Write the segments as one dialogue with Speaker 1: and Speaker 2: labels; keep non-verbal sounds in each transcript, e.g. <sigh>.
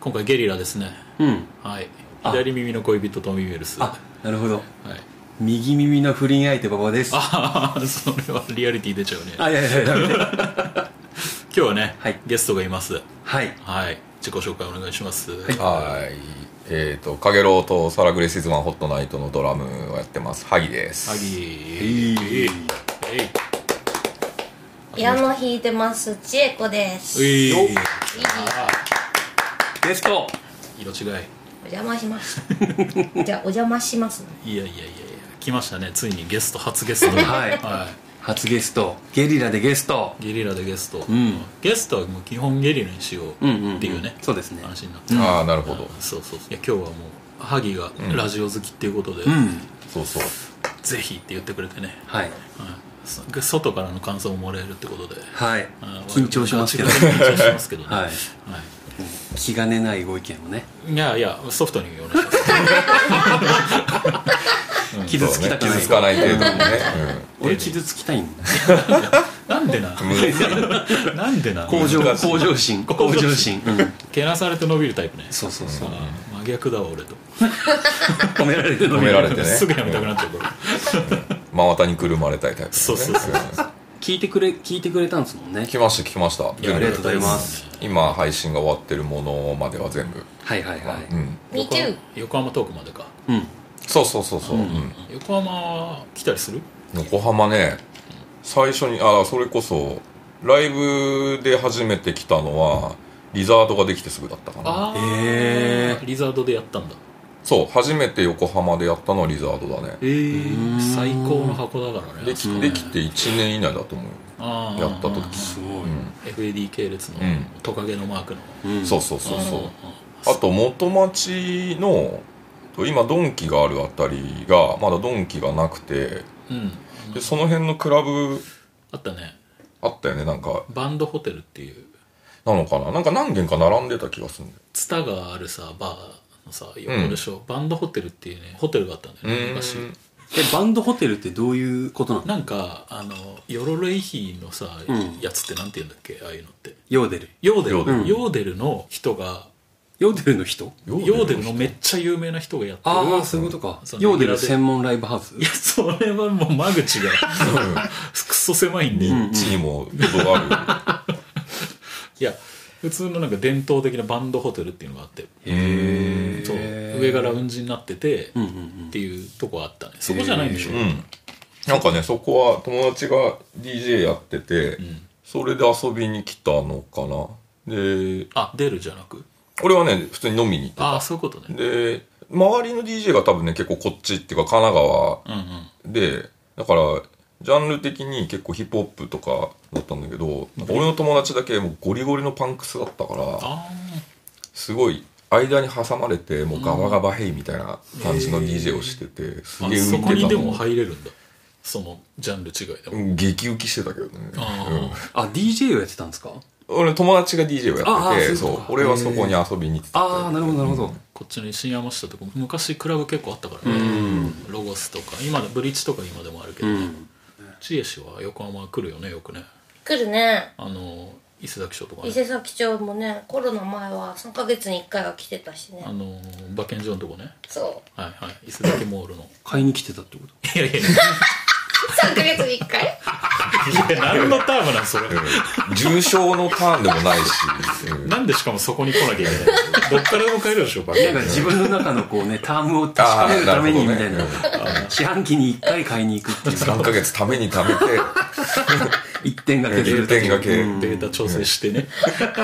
Speaker 1: 今回ゲリラですね
Speaker 2: うん
Speaker 1: はい
Speaker 2: あ
Speaker 1: 左耳の恋人トミー・ウェルス
Speaker 2: あなるほど
Speaker 1: はい、 <laughs>
Speaker 2: 右耳の不倫相手馬場ですあ
Speaker 1: ああそれはリアリティ出ちゃうね
Speaker 2: いやいやいやダメだ
Speaker 1: 今日はね、
Speaker 2: はい
Speaker 1: ゲストがいます
Speaker 2: はい
Speaker 1: はい自己紹介お願いしますはい、
Speaker 3: はい。えっ、と、かげろうとサラグレシズマンホットナイトのドラムをやってます。萩です。
Speaker 1: ぎえい
Speaker 4: ピアノ弾いてますちえこです
Speaker 1: えい
Speaker 2: よっ
Speaker 4: いい
Speaker 2: ゲスト
Speaker 1: 色違
Speaker 4: お邪魔します
Speaker 2: <laughs>
Speaker 4: じゃあお邪魔しますね
Speaker 1: いいやいやいやいや来ましたねついにゲスト初ゲストが
Speaker 2: はい
Speaker 1: は
Speaker 2: 初ゲストゲリラでゲスト
Speaker 1: い、ゲリラでゲスト、
Speaker 2: ん
Speaker 1: ゲストはもう基本ゲリラにしようって
Speaker 2: うんうんうん
Speaker 1: いうね、
Speaker 2: そうですね
Speaker 1: 話になって、
Speaker 3: ああ、なるほど。
Speaker 1: そうそうそういや今日はもう萩がラジオ好きっていうことで、
Speaker 2: うん
Speaker 3: そうそう。
Speaker 1: ぜひって言ってくれてね、
Speaker 2: はい
Speaker 1: はいそ外からの感想をもらえるってことで、
Speaker 2: はい
Speaker 1: うん
Speaker 2: 緊張しますけど
Speaker 1: 緊張しますけどね、
Speaker 2: はい気兼ねないご意見をね
Speaker 1: い、いやいやソフトにお願いします
Speaker 2: 傷つきたくない
Speaker 3: 傷つかない程度にね。
Speaker 2: 俺傷つきたいんだ
Speaker 1: なんでな
Speaker 3: うん。むずい。
Speaker 2: <laughs>
Speaker 1: なんでな
Speaker 2: 向上向上心向上心うん
Speaker 1: けなされて伸びるタイプね
Speaker 2: そうそうそう
Speaker 1: あ真逆だわ俺と
Speaker 2: 褒められて
Speaker 3: 褒
Speaker 2: 飲
Speaker 3: められて
Speaker 1: <laughs>
Speaker 3: ね。
Speaker 1: すぐやめたくなっ
Speaker 3: っ
Speaker 1: ちゃうこれ
Speaker 3: 真綿にくるまれたいタイプ、ね。
Speaker 1: そうそうそう
Speaker 2: 聞いてくれ聞いてくれたんですもんね
Speaker 3: 聞きました、聞きました。
Speaker 2: いやありがとうございます
Speaker 3: 今、配信が終わってるものまでは全部。
Speaker 2: はいはいはい
Speaker 3: うん。
Speaker 4: Me
Speaker 1: 横
Speaker 4: too
Speaker 1: 浜横浜トークまでか
Speaker 2: うん
Speaker 3: そうそうそうそう。うん
Speaker 1: 横浜来たりする
Speaker 3: 横浜ね最初にあそれこそライブで初めて来たのはリザードができてすぐだったかな
Speaker 1: あ
Speaker 2: へ
Speaker 1: リザードでやったんだ
Speaker 3: そう初めて横浜でやったのはリザードだね
Speaker 1: え最高の箱だからね
Speaker 3: できできて1年以内だと思うよ
Speaker 1: あー
Speaker 3: やった時
Speaker 2: すごい
Speaker 1: FAD 系列の
Speaker 3: うん
Speaker 1: トカゲのマークの
Speaker 2: うん
Speaker 3: そうそうそう
Speaker 1: うん
Speaker 3: そうあと元町のと今ドンキがあるあたりがまだドンキがなくて
Speaker 1: うん
Speaker 3: でその辺のクラブ
Speaker 1: あったね
Speaker 3: あったよねなんか
Speaker 1: バンドホテルっていう
Speaker 3: なのかななんか何軒か並んでた気がするんだよ
Speaker 1: ツタがあるさバーのさ横でしょ、バンドホテルっていうねホテルがあったんだよね
Speaker 3: う
Speaker 1: 昔
Speaker 3: ーん
Speaker 2: えバンドホテルってどういうことなの
Speaker 1: なんかあのヨロレイヒのさ、
Speaker 2: うん
Speaker 1: やつってなんて言うんだっけああいうのって
Speaker 2: ヨーデル
Speaker 1: ヨーデル
Speaker 3: ヨーデ
Speaker 2: ル
Speaker 1: ヨーデルの人が
Speaker 2: ヨーデルの人
Speaker 1: ヨ
Speaker 3: ヨ
Speaker 1: ー
Speaker 3: ー
Speaker 1: デ
Speaker 3: デ
Speaker 1: ルの
Speaker 3: ルの人
Speaker 1: めっちゃ有名な人がやってる
Speaker 2: ああそういうことか
Speaker 1: その
Speaker 2: ヨーデル専門ライブハウス
Speaker 1: いやそれはもう間口がクソ狭いんで、い
Speaker 3: 地にも程がある
Speaker 1: や普通のなんか伝統的なバンドホテルっていうのがあって
Speaker 2: へ
Speaker 1: そう
Speaker 2: え
Speaker 1: 上がラウンジになってて、
Speaker 2: うんうんうん
Speaker 1: っていうとこあったねそこじゃないんでしょ、
Speaker 3: うん、なんかねそこは友達が DJ やってて、それで遊びに来たのかなで
Speaker 1: あ出るじゃなく
Speaker 3: 俺はね普通に飲みに行っ
Speaker 1: ああそういうこと
Speaker 3: て
Speaker 1: ね
Speaker 3: で周りの DJ が多分ね結構こっちっていうか神奈川
Speaker 1: うんうん
Speaker 3: でだからジャンル的に結構ヒップホップとかだったんだけどなんか俺の友達だけもうゴリゴリのパンクスだったから
Speaker 1: あ
Speaker 3: すごい間に挟まれてもうガバガバヘイみたいな感じの DJ をしててす
Speaker 1: ーあ
Speaker 3: げえ
Speaker 1: そこ
Speaker 3: 浮い
Speaker 1: に
Speaker 3: て
Speaker 1: で
Speaker 3: た
Speaker 1: も
Speaker 3: の
Speaker 1: 入れるんだそのジャンル違いで
Speaker 3: う
Speaker 1: も
Speaker 3: ん激浮きしてたけどね
Speaker 1: あ
Speaker 3: うん
Speaker 1: ー
Speaker 2: あ DJ をやってたんですか
Speaker 3: 俺友達が DJ をや
Speaker 2: あ
Speaker 3: っ
Speaker 2: あ
Speaker 3: て
Speaker 2: そういうこと
Speaker 3: てそう
Speaker 2: か
Speaker 3: 俺はそこに遊びに行ってた
Speaker 2: ああなるほどなるほど
Speaker 1: こっちの新山下とか昔クラブ結構あったからね、ロゴスとか今のブリッジとか今でもあるけど
Speaker 2: う
Speaker 1: ね、
Speaker 2: ん
Speaker 1: 知恵氏は横浜来るよねよくね
Speaker 4: 来るね
Speaker 1: あの伊勢崎町とか
Speaker 4: 伊
Speaker 1: ね
Speaker 4: 勢崎町もねコロナ前は3ヶ月に1回は来てたしね
Speaker 1: あの馬券所のとこね
Speaker 4: そ
Speaker 1: はいはい伊勢崎モールの <laughs>
Speaker 2: 買いに来てたってこ
Speaker 1: い
Speaker 2: と
Speaker 1: やいやいう
Speaker 4: 3ヶ月に1回
Speaker 1: や何のタームなんそれ
Speaker 3: うん重症のターンでもないし、うん
Speaker 1: なんでしかもそこに来なきゃいけないのどっからでも帰れるでしょ馬
Speaker 2: なん
Speaker 1: 券
Speaker 2: か自分の中のこうねタームを確かめるために
Speaker 3: あー
Speaker 2: み
Speaker 3: な
Speaker 2: たい
Speaker 3: るほ
Speaker 2: な
Speaker 3: どね
Speaker 2: <laughs> 四半期に1回買いに行くっていう
Speaker 3: 3ヶ月ために貯めて
Speaker 2: <laughs> 一点掛けするっていう
Speaker 3: 一点掛け
Speaker 2: うん
Speaker 1: データ調整してね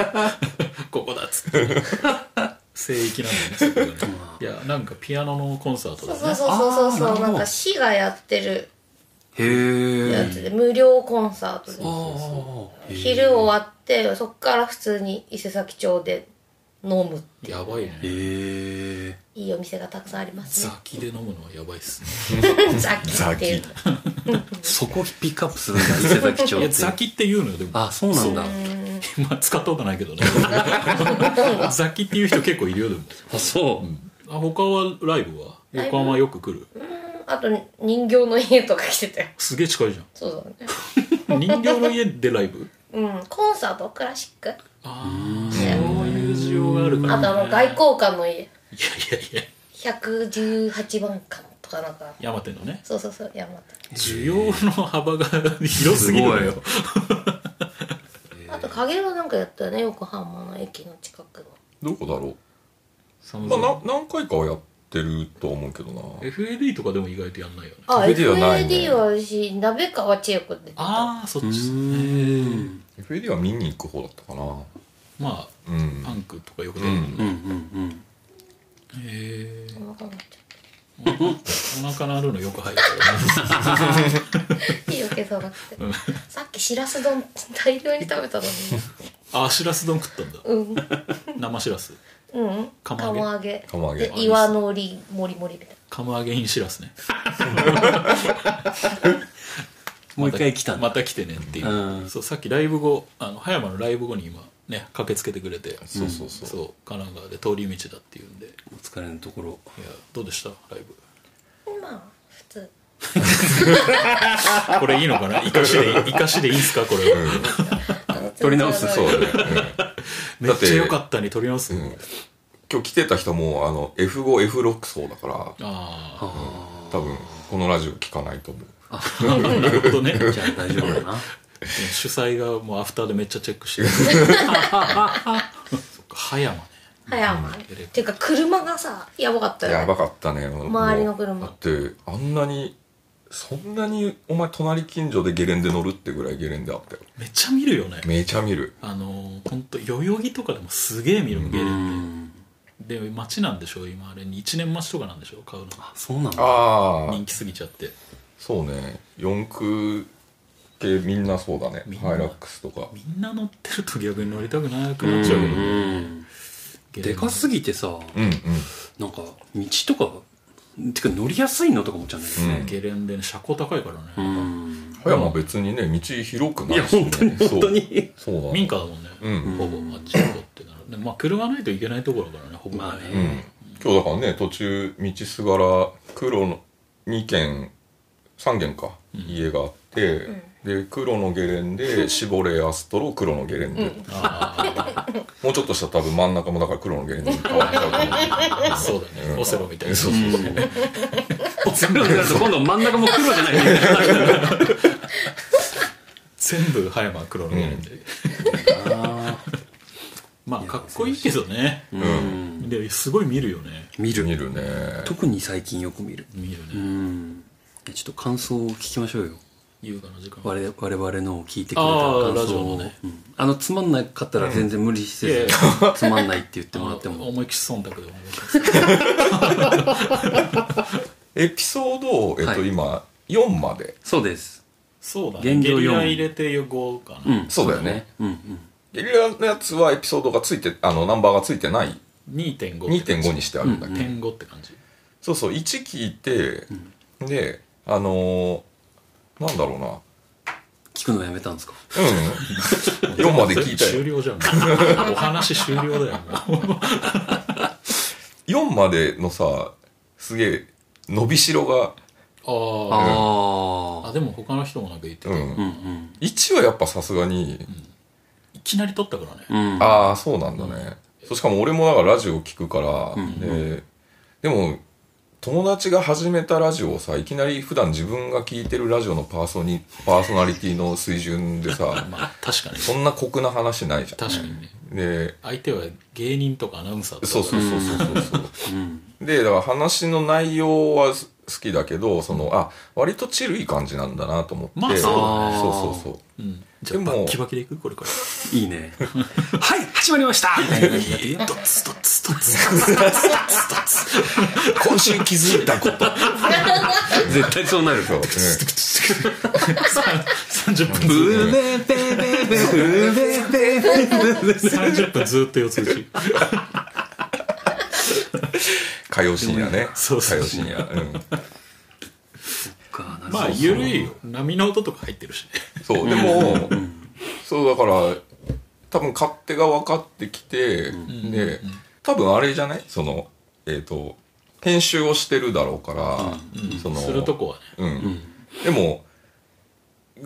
Speaker 1: <laughs> ここだっつって聖域なんだよねそこがねいやなんかピアノのコンサートだ
Speaker 4: そう
Speaker 1: よ
Speaker 4: そう
Speaker 1: ね
Speaker 4: そうそう
Speaker 2: あ
Speaker 4: そ
Speaker 2: ーなる
Speaker 4: う
Speaker 2: ほ
Speaker 4: な
Speaker 2: ど
Speaker 4: んか市がやってる
Speaker 2: へ
Speaker 4: や
Speaker 2: え
Speaker 4: つで無料コンサートで
Speaker 2: ああ
Speaker 4: 昼終わってそっから普通に伊勢崎町で飲む
Speaker 1: やばいね
Speaker 2: へえ
Speaker 4: いいお店がたくさんあります
Speaker 1: ザ
Speaker 4: ね
Speaker 1: キで飲むのはやばいっすね
Speaker 4: <laughs> ザキっていう
Speaker 2: そこピックアップするんだ伊勢崎町
Speaker 1: いや
Speaker 2: っ
Speaker 1: ザ
Speaker 2: て
Speaker 1: キって言うのよでも
Speaker 2: あそうなんだ
Speaker 1: まあ使ったことないけど <laughs> ね
Speaker 4: <laughs>
Speaker 1: ザキっていう人結構いるよでも
Speaker 2: あそう
Speaker 1: あ他はライブは横浜よく来る
Speaker 4: あと人形の家とか来てたよ
Speaker 1: すげえ近いじ
Speaker 4: そうだね
Speaker 1: ゃ
Speaker 4: <laughs>
Speaker 1: ん人形の家でライブ
Speaker 4: うんコンサートクラシック
Speaker 1: ああそういう需要があるから
Speaker 4: あ
Speaker 1: ね
Speaker 4: とあの外
Speaker 1: い
Speaker 4: 交官の家
Speaker 1: やいやいや
Speaker 4: 118番館とかなんか
Speaker 1: 山手のね
Speaker 4: そうそうそう山
Speaker 1: 需要の幅が <laughs> 広すぎるのよ
Speaker 2: す
Speaker 4: 手あと影はなんかやったよね横浜の駅の近くの
Speaker 3: どこだろ
Speaker 1: サ
Speaker 3: う、
Speaker 1: ム
Speaker 3: ま
Speaker 1: ズ
Speaker 3: あ、な何回かはやってるとは思うけどな
Speaker 1: FAD とかでも意外とやんないよね
Speaker 4: あ
Speaker 3: FAD はないね
Speaker 4: FAD は私鍋川千代子でた
Speaker 1: ああそっち
Speaker 2: うん
Speaker 3: FAD は見に行く方だったかな
Speaker 1: まあ
Speaker 3: うん
Speaker 1: パンクとかよく出るもん
Speaker 2: う
Speaker 1: ね
Speaker 2: んうん
Speaker 1: へえ
Speaker 4: お腹になっちゃ
Speaker 1: お腹鳴るのよく入るからね
Speaker 4: ったいいよけそうなくてさっきしらす丼大量に食べたのに
Speaker 1: あしらす丼食ったんだ
Speaker 4: うん
Speaker 1: 生しらす
Speaker 4: うん
Speaker 1: 釜揚げ
Speaker 4: 釜揚げ
Speaker 3: 釜揚げ
Speaker 4: で岩のりもりもりみたいな
Speaker 1: カム揚げインしらすね
Speaker 2: もう一回来たんだ
Speaker 1: また来てねっていう、
Speaker 2: うん
Speaker 1: そうさっきライブ後あの葉山のライブ後に今ね駆けつけてくれて
Speaker 3: そうそうそう、
Speaker 1: そう神奈川で通り道だっていうんでい
Speaker 2: お疲れのところ
Speaker 1: やどうでしたライブ
Speaker 4: まあ普通
Speaker 1: これいいのかな生かし
Speaker 3: <laughs>
Speaker 1: で生かしでいいんすかこれ、
Speaker 2: 取り直す
Speaker 3: そうだね、
Speaker 1: めっちゃ良かったに取り直す、
Speaker 3: うんうん今日来てた人もあの F5F6 層だから
Speaker 1: あ
Speaker 3: 多分このラジオ聞かないと思う
Speaker 1: あなるほどね
Speaker 2: じゃあ大丈夫だな
Speaker 1: 主催がもうアフターでめっちゃチェックしてるそっか葉山ね
Speaker 4: 葉山ていうか車がさやばかったよ、ね、
Speaker 3: やばかったね周
Speaker 4: 周りの車
Speaker 3: だってあんなにそんなにお前隣近所でゲレンデ乗るってぐらいゲレンデあったよ
Speaker 1: めっちゃ見るよね
Speaker 3: めちゃ見る
Speaker 1: あの本当代々木とかでもすげえ見るのゲレ
Speaker 2: う
Speaker 1: ン
Speaker 2: ん
Speaker 1: デで街なんでしょ今あれに1年待ちとかなんでしょ買うの
Speaker 2: あそうなんだ
Speaker 3: ああ
Speaker 1: 人気すぎちゃって
Speaker 3: そうね四駆系みんなそうだね
Speaker 1: みんな
Speaker 3: ハイラックスとか
Speaker 1: みんな乗ってると逆に乗りたくなく
Speaker 2: う
Speaker 1: なっちゃうよね
Speaker 2: ん
Speaker 1: ゲレンデ
Speaker 2: でかすぎてさ
Speaker 3: うんうん
Speaker 2: なんか道とかてか乗りやすいのとか思っちゃうんだよね
Speaker 1: ゲレンデね車高高いからね、
Speaker 2: うん
Speaker 3: 葉山別にね道広くない
Speaker 2: や
Speaker 3: いし、ね、
Speaker 2: 本当に本当に
Speaker 3: そうそうだ
Speaker 1: 民家だもんね、
Speaker 3: うん
Speaker 1: ほぼマッチングってなるでまあ車ないといけないところだからねほぼ
Speaker 2: まあね
Speaker 3: うん今日だからね途中道すがら黒の2軒3軒か、家があって、で黒のゲレンデ絞れアストロ黒のゲレンデ、
Speaker 1: あ
Speaker 3: もうちょっとしたら多分真ん中もだから黒のゲレンデに変わっちゃうと思
Speaker 1: あそうだね、オセロみたいな
Speaker 3: そう
Speaker 1: <laughs>
Speaker 2: うん全部になると今度真ん中も黒じゃないね
Speaker 1: 全部葉山黒のゲレンデ、まあかっこいいけどね、
Speaker 2: うん
Speaker 1: ですごい見るよね
Speaker 2: 見
Speaker 3: う
Speaker 2: る
Speaker 3: 見るね
Speaker 2: 特に最近よく見る
Speaker 1: 見るね、
Speaker 2: うんちょっと感想を聞きましょうよ
Speaker 1: 優雅な時間
Speaker 2: 我々我々のを聞いてくれた感
Speaker 1: あーラジ
Speaker 2: 想
Speaker 1: オ
Speaker 2: を
Speaker 1: のね
Speaker 2: うんあのつまんなかったら全然無理せず、
Speaker 1: うんいやい
Speaker 2: つまんないって言ってもらって
Speaker 1: あ
Speaker 2: も
Speaker 1: 思いっきり忖度でお願いします
Speaker 3: エピソードを、えっと
Speaker 2: はい
Speaker 3: 今4まで
Speaker 2: そうです
Speaker 1: そうだね
Speaker 2: 減
Speaker 1: ゲ
Speaker 2: 量
Speaker 1: リラ
Speaker 2: 4
Speaker 1: 入れて5か
Speaker 2: う
Speaker 1: な、
Speaker 2: ん
Speaker 3: そうだよね
Speaker 2: そうだうん
Speaker 3: ゲリラのやつはエピソードがついてあのナンバーがついてない
Speaker 1: 2.5
Speaker 3: 2.5にしてあるんだけど、
Speaker 1: 点5って感じ
Speaker 3: そうそう1聞いて、であのー、なんだろうな
Speaker 2: 聞くのやめたんですか
Speaker 3: うん4まで聞いた
Speaker 1: <laughs>
Speaker 3: よ
Speaker 1: 終了じゃんお話終了 <laughs> だよもう
Speaker 3: 4までのさすげえ伸びしろが
Speaker 1: あああ
Speaker 2: ああ
Speaker 1: でも他の人もなんか言ってた、
Speaker 3: う
Speaker 2: うんんうん
Speaker 3: 1はやっぱさすがに、
Speaker 1: いきなり撮ったからね、
Speaker 2: うん
Speaker 3: ああそうなんだね、そうしかも俺もだからラジオ聞くから、ででも友達が始めたラジオをさいきなり普段自分が聞いてるラジオのパーソニパーソナリティの水準でさ
Speaker 1: <laughs> まあ確かに
Speaker 3: そんな酷な話ないじゃん
Speaker 1: 確かにね
Speaker 3: で
Speaker 1: 相手は芸人とかアナウンサーとか
Speaker 3: そうそうそうそうそうそ
Speaker 2: う
Speaker 3: う
Speaker 2: ん
Speaker 3: でだから話の内容はす好きだけどそのあ割とチルい感じなんだなと思って、
Speaker 1: まあそう
Speaker 2: だね
Speaker 3: そうそうそう
Speaker 1: うん、じゃあ
Speaker 3: で
Speaker 1: バ
Speaker 3: も
Speaker 1: ッキバキでいくこれから
Speaker 2: いいねはい始まりましたみたいな感じになってるよ
Speaker 1: ドッツドッツドッツドッツドッツ
Speaker 3: 今週気づい
Speaker 1: <laughs>
Speaker 3: たこと
Speaker 2: 絶対そうなる
Speaker 3: そう、ね、
Speaker 1: <laughs> 30分ず
Speaker 2: ブーベーベーベーベーブーベーベーベー
Speaker 1: 30分ずっと四つ打
Speaker 4: <laughs>
Speaker 1: ち
Speaker 3: 火曜深夜ね
Speaker 1: そうそう
Speaker 3: 火曜深夜、うん、
Speaker 1: <laughs>
Speaker 2: かな
Speaker 1: まあ
Speaker 2: そう
Speaker 1: ゆるいよ波の音とか入ってるしね
Speaker 3: そうでもそうだから多分勝手が分かってきて、で多分あれじゃないそのえっ、と編集をしてるだろうから、その
Speaker 1: するとこはね
Speaker 3: うん、でも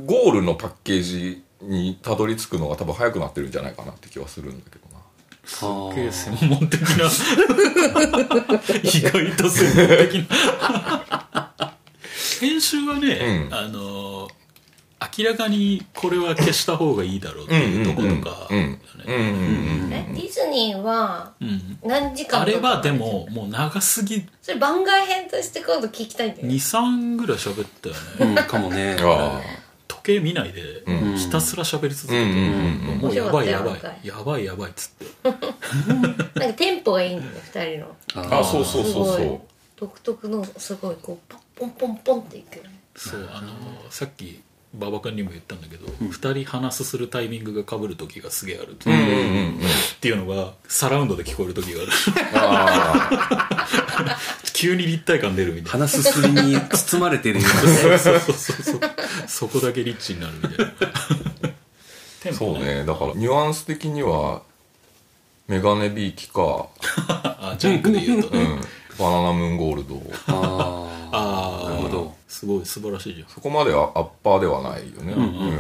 Speaker 3: ゴールのパッケージにたどり着くのが多分早くなってるんじゃないかなって気はするんだけどな
Speaker 2: すっ
Speaker 1: げえ専門的
Speaker 4: <laughs>
Speaker 1: な意外と専門的な編集はね、
Speaker 3: うん
Speaker 1: あのー明らかにこれは消した方がいいだろうって
Speaker 3: うん
Speaker 1: いうとこ
Speaker 3: うんう
Speaker 1: と
Speaker 3: ん
Speaker 1: か、
Speaker 3: うんうんうんうん
Speaker 4: えディズニーは
Speaker 1: うん
Speaker 4: 何時間
Speaker 1: あ
Speaker 4: と
Speaker 1: れ
Speaker 4: か
Speaker 1: はでももう長すぎ
Speaker 4: それ番外編として今度聞きたいんだよね
Speaker 1: 23ぐらい喋ったよね
Speaker 2: うん、かもね。
Speaker 3: あ
Speaker 1: 時計見ないで
Speaker 3: うん
Speaker 1: ひたすら喋り続け
Speaker 3: あうんうん
Speaker 1: て、
Speaker 3: うん
Speaker 1: もうやばいやば
Speaker 4: 面白
Speaker 1: い
Speaker 4: かったよ
Speaker 1: やばいやばいっつって
Speaker 4: なんかテンポがいいんだよね二人の
Speaker 2: あ
Speaker 3: あそうそうそう
Speaker 4: す
Speaker 3: そ
Speaker 4: ごいう独特のすごいこうポンポンポンポンっていくよね
Speaker 1: そうあのさっき馬場君にも言ったんだけど、二2人話するタイミングがかぶる時がすげえあるって,、
Speaker 3: うんうん
Speaker 1: っ
Speaker 3: うんうん
Speaker 1: ていうのがサラウンドで聞こえる時がある <laughs>
Speaker 3: ああ
Speaker 1: 急に立体感出るみたいな
Speaker 2: 鼻すすりに包まれてるような。
Speaker 1: そうそうそうそう <laughs> そこだけリッチになるみたいなテン
Speaker 3: そう
Speaker 1: ポ
Speaker 3: ねだからニュアンス的にはメガネビーキか、
Speaker 1: あジャンクで言うと
Speaker 3: う
Speaker 1: ね、
Speaker 3: ん、バナナムーンゴールド
Speaker 2: ああ。
Speaker 1: ああ
Speaker 2: なるほど
Speaker 1: すごい素晴らしいじゃん
Speaker 3: そこまではアッパーではないよ
Speaker 2: うん
Speaker 3: ね、
Speaker 2: うんうんう
Speaker 3: うん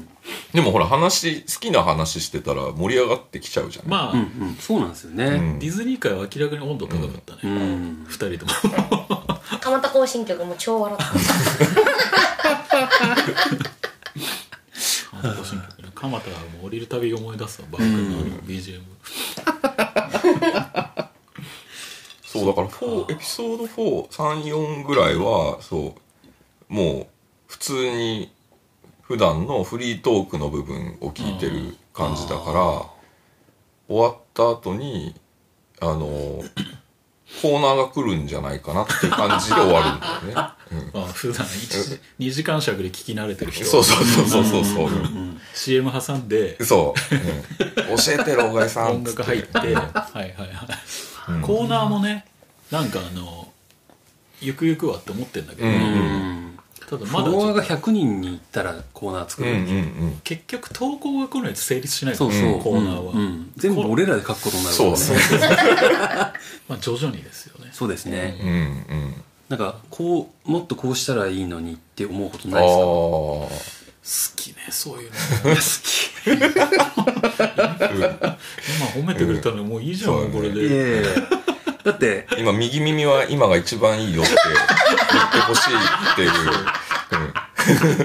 Speaker 2: ん。
Speaker 3: でもほら話好きな話してたら盛り上がってきちゃうじゃん、
Speaker 1: まあ、
Speaker 2: うんうん。そうなんですよね。
Speaker 3: うん
Speaker 1: ディズニー界は明らかに温度高かったね、
Speaker 2: う
Speaker 1: 二
Speaker 2: ん。
Speaker 1: 2人とも
Speaker 4: 蒲田行進曲も超笑った
Speaker 1: あの新曲ね蒲田はもう降りるたび思い出すわバークのあの BGM、
Speaker 3: そうだから4エピソード434ぐらいはそうもう普通に普段のフリートークの部分を聞いてる感じだから終わった後にあのコーナーが来るんじゃないかなっていう感じで終わるんだよ <laughs> ね。
Speaker 1: まあ、普段2時間尺で聞き慣れてる
Speaker 3: うん、
Speaker 1: 人
Speaker 3: そうそうそうそうそうそう。
Speaker 1: CM 挟んで
Speaker 3: そう、うん教えて老害さん
Speaker 1: 音楽入ってはいはいはい、コーナーもねなんかあのゆくゆくはって思ってんだけど、
Speaker 3: うん
Speaker 2: うん。
Speaker 1: ただ
Speaker 2: フ
Speaker 1: まだ
Speaker 2: ォロワー
Speaker 1: ちょ
Speaker 2: が
Speaker 1: っと
Speaker 2: 100人にいったらコーナー作
Speaker 3: うんう
Speaker 2: る。
Speaker 3: んうん
Speaker 1: 結局投稿が来ないと成立しない
Speaker 2: そうそう。
Speaker 1: コーナーは、
Speaker 2: うんうん全部俺らで書くことになるからね
Speaker 3: そう
Speaker 1: まあ、徐々にですよね
Speaker 2: そうですね。
Speaker 3: うんうん
Speaker 2: なんか、こう、もっとこうしたらいいのにって思うこと
Speaker 3: あ
Speaker 2: ないです
Speaker 1: 好
Speaker 2: か
Speaker 3: あ
Speaker 1: きねそういうの
Speaker 2: いや好
Speaker 1: 今褒めてくれたのもういいじゃん、
Speaker 3: うん
Speaker 1: これ
Speaker 2: き。い
Speaker 1: で、
Speaker 2: やいやいやだって、
Speaker 3: 今右耳は今が一番いいよって言ってほしいっていう、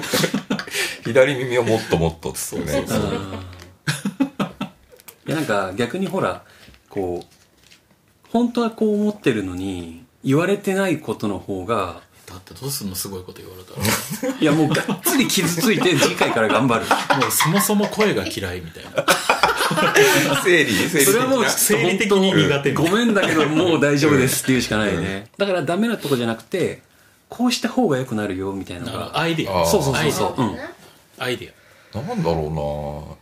Speaker 3: うん、 <laughs> 左耳をもっともっとっつってね
Speaker 1: そうそうそう
Speaker 2: いやなんか逆にほらこう本当はこう思ってるのに言われてないことの方が
Speaker 1: だってどうすんのすごいこと言われたら
Speaker 2: いやもうがっつり傷ついて次回から頑張る
Speaker 1: もうそもそも声が嫌いみたいな
Speaker 3: 整理整理
Speaker 2: それはもう
Speaker 1: 生理的に苦手みたい
Speaker 2: ご
Speaker 1: な
Speaker 2: めんだけどもう大丈夫ですっていうしかないねだからダメなとこじゃなくてこうした方が良くなるよみたいな
Speaker 1: だ
Speaker 2: の
Speaker 1: か
Speaker 2: が
Speaker 1: らアイディ
Speaker 3: あ
Speaker 1: ア
Speaker 3: ー
Speaker 2: そうそうそうそう、
Speaker 4: あ
Speaker 2: うん、だか
Speaker 1: アイディア
Speaker 3: なんだろ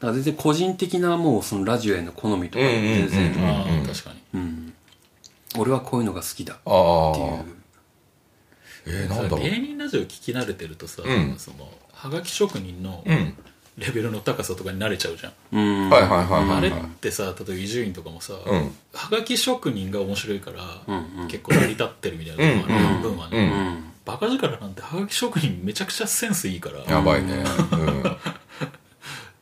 Speaker 2: ら全然個人的なもうそのラジオへの好みとか全然、
Speaker 3: うん
Speaker 1: ああ確かに
Speaker 2: うん俺はこういうのが好きだ
Speaker 3: うなあ
Speaker 2: ってい
Speaker 3: あ
Speaker 2: う
Speaker 3: えー、なんだろう
Speaker 1: 芸人ラジオ聞き慣れてるとさ、
Speaker 3: うん
Speaker 1: そのはがき職人の
Speaker 3: うん
Speaker 1: レベルの高さとかに慣れちゃうじゃん、
Speaker 2: うん
Speaker 3: はいはいはいは
Speaker 1: あれ
Speaker 3: い
Speaker 1: っ
Speaker 3: はい
Speaker 1: てさ例えば伊集院とかもさ、
Speaker 3: うん
Speaker 1: はがき職人が面白いから、
Speaker 2: うんうん
Speaker 1: 結構成り立ってるみたいなとこある、
Speaker 3: うんうん
Speaker 1: 分は
Speaker 3: う
Speaker 1: ね、
Speaker 2: うん
Speaker 1: バカ力なんてはがき職人めちゃくちゃセンスいいから
Speaker 3: やばいねうん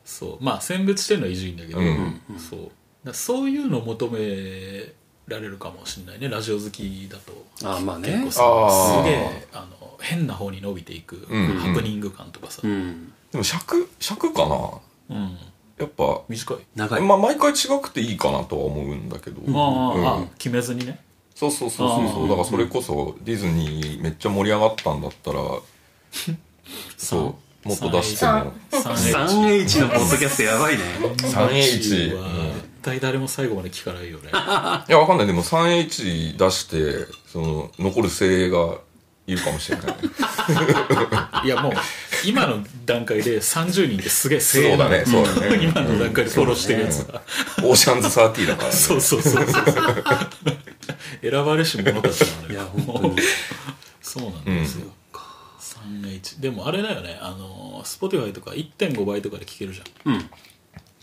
Speaker 1: そうまあ選別してるのは伊集院だけど、
Speaker 3: うん
Speaker 1: そうだからそういうのを求められるかもしれないねラジオ好きだと
Speaker 2: あーまあね
Speaker 1: 結構
Speaker 3: あ
Speaker 1: さ
Speaker 3: ー
Speaker 1: すげえあの変な方に伸びていく、
Speaker 3: うんうん
Speaker 1: ハプニング感とかさ、
Speaker 2: うん
Speaker 3: でも尺尺かな
Speaker 1: うん、
Speaker 3: やっぱ、
Speaker 1: 短い、
Speaker 2: 長い、
Speaker 3: まあ毎回違くていいかなとは思うんだけど、
Speaker 1: ああ、
Speaker 3: うん
Speaker 1: あ決めずにね
Speaker 3: そうそうそうそうそう
Speaker 1: あー
Speaker 3: だからそれこそディズニーめっちゃ盛り上がったんだったらそうもっと出しても
Speaker 2: 3H のポッドキャストやばいね
Speaker 3: 3H
Speaker 1: は絶対誰も最後まで聞かないよね
Speaker 3: いやわかんないでも 3H 出してその残る精鋭がいるかもし
Speaker 2: <laughs>
Speaker 3: れない
Speaker 1: いやもう今の段階で30人ってすげえ
Speaker 3: そう
Speaker 1: 精鋭
Speaker 3: だねそうだね
Speaker 1: 今の段階でフォローしてるやつが、
Speaker 3: オーシャンズ30だからね
Speaker 1: そうそうそうそう選ばれし者たちなの
Speaker 2: い
Speaker 1: よ
Speaker 2: や本当に
Speaker 1: そうなんですよ、3H でもあれだよねあの Spotify とか1.5倍とかで聞けるじゃん
Speaker 2: うん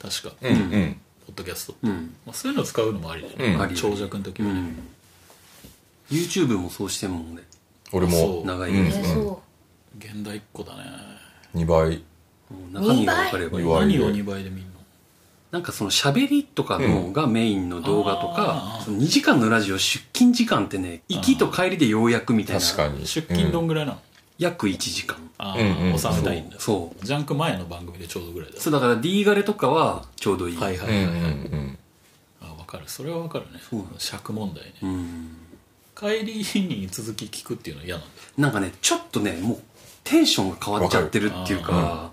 Speaker 1: 確か、
Speaker 3: うんうん
Speaker 1: ポッドキャストって、
Speaker 2: うん
Speaker 1: まあ、そういうの使うのもありだよね、
Speaker 3: うん
Speaker 2: あり
Speaker 1: 長尺の時
Speaker 2: う
Speaker 1: はね、
Speaker 2: ん YouTube もそうしてんもんね
Speaker 3: 俺
Speaker 1: そ
Speaker 3: も
Speaker 1: う
Speaker 2: 長い
Speaker 3: うん
Speaker 2: ね、
Speaker 4: えそ
Speaker 1: 現代っ子だね
Speaker 3: 2倍
Speaker 2: もう中身が分かればいい
Speaker 3: 二倍
Speaker 1: 何を2倍で見るの
Speaker 2: なんかその喋りとかのがメインの動画と
Speaker 1: あ
Speaker 2: か
Speaker 1: ー、
Speaker 2: その2時間のラジオ出勤時間ってね、行きと帰りでようやくみたいな。
Speaker 3: 確かに
Speaker 1: 出勤どんぐらいなの、
Speaker 2: 約1時間。
Speaker 1: あ
Speaker 3: うんうん
Speaker 1: あ収めたいんだ
Speaker 2: そう
Speaker 1: ジャンク前の番組でちょうどぐらいだ
Speaker 2: そうだから D ガレとかはちょうどいい。
Speaker 1: はいは
Speaker 3: う
Speaker 1: い
Speaker 3: んう
Speaker 1: はい、
Speaker 3: ん
Speaker 1: はい
Speaker 3: うん
Speaker 1: あ分かるそれは分かるね
Speaker 2: そうなんだ
Speaker 1: 尺問題ね
Speaker 2: うん。
Speaker 1: 帰りに続き聞くっていうのは嫌なんだ
Speaker 2: なんかね、ちょっとね、もうテンションが変わっちゃってるっていうか
Speaker 1: わ、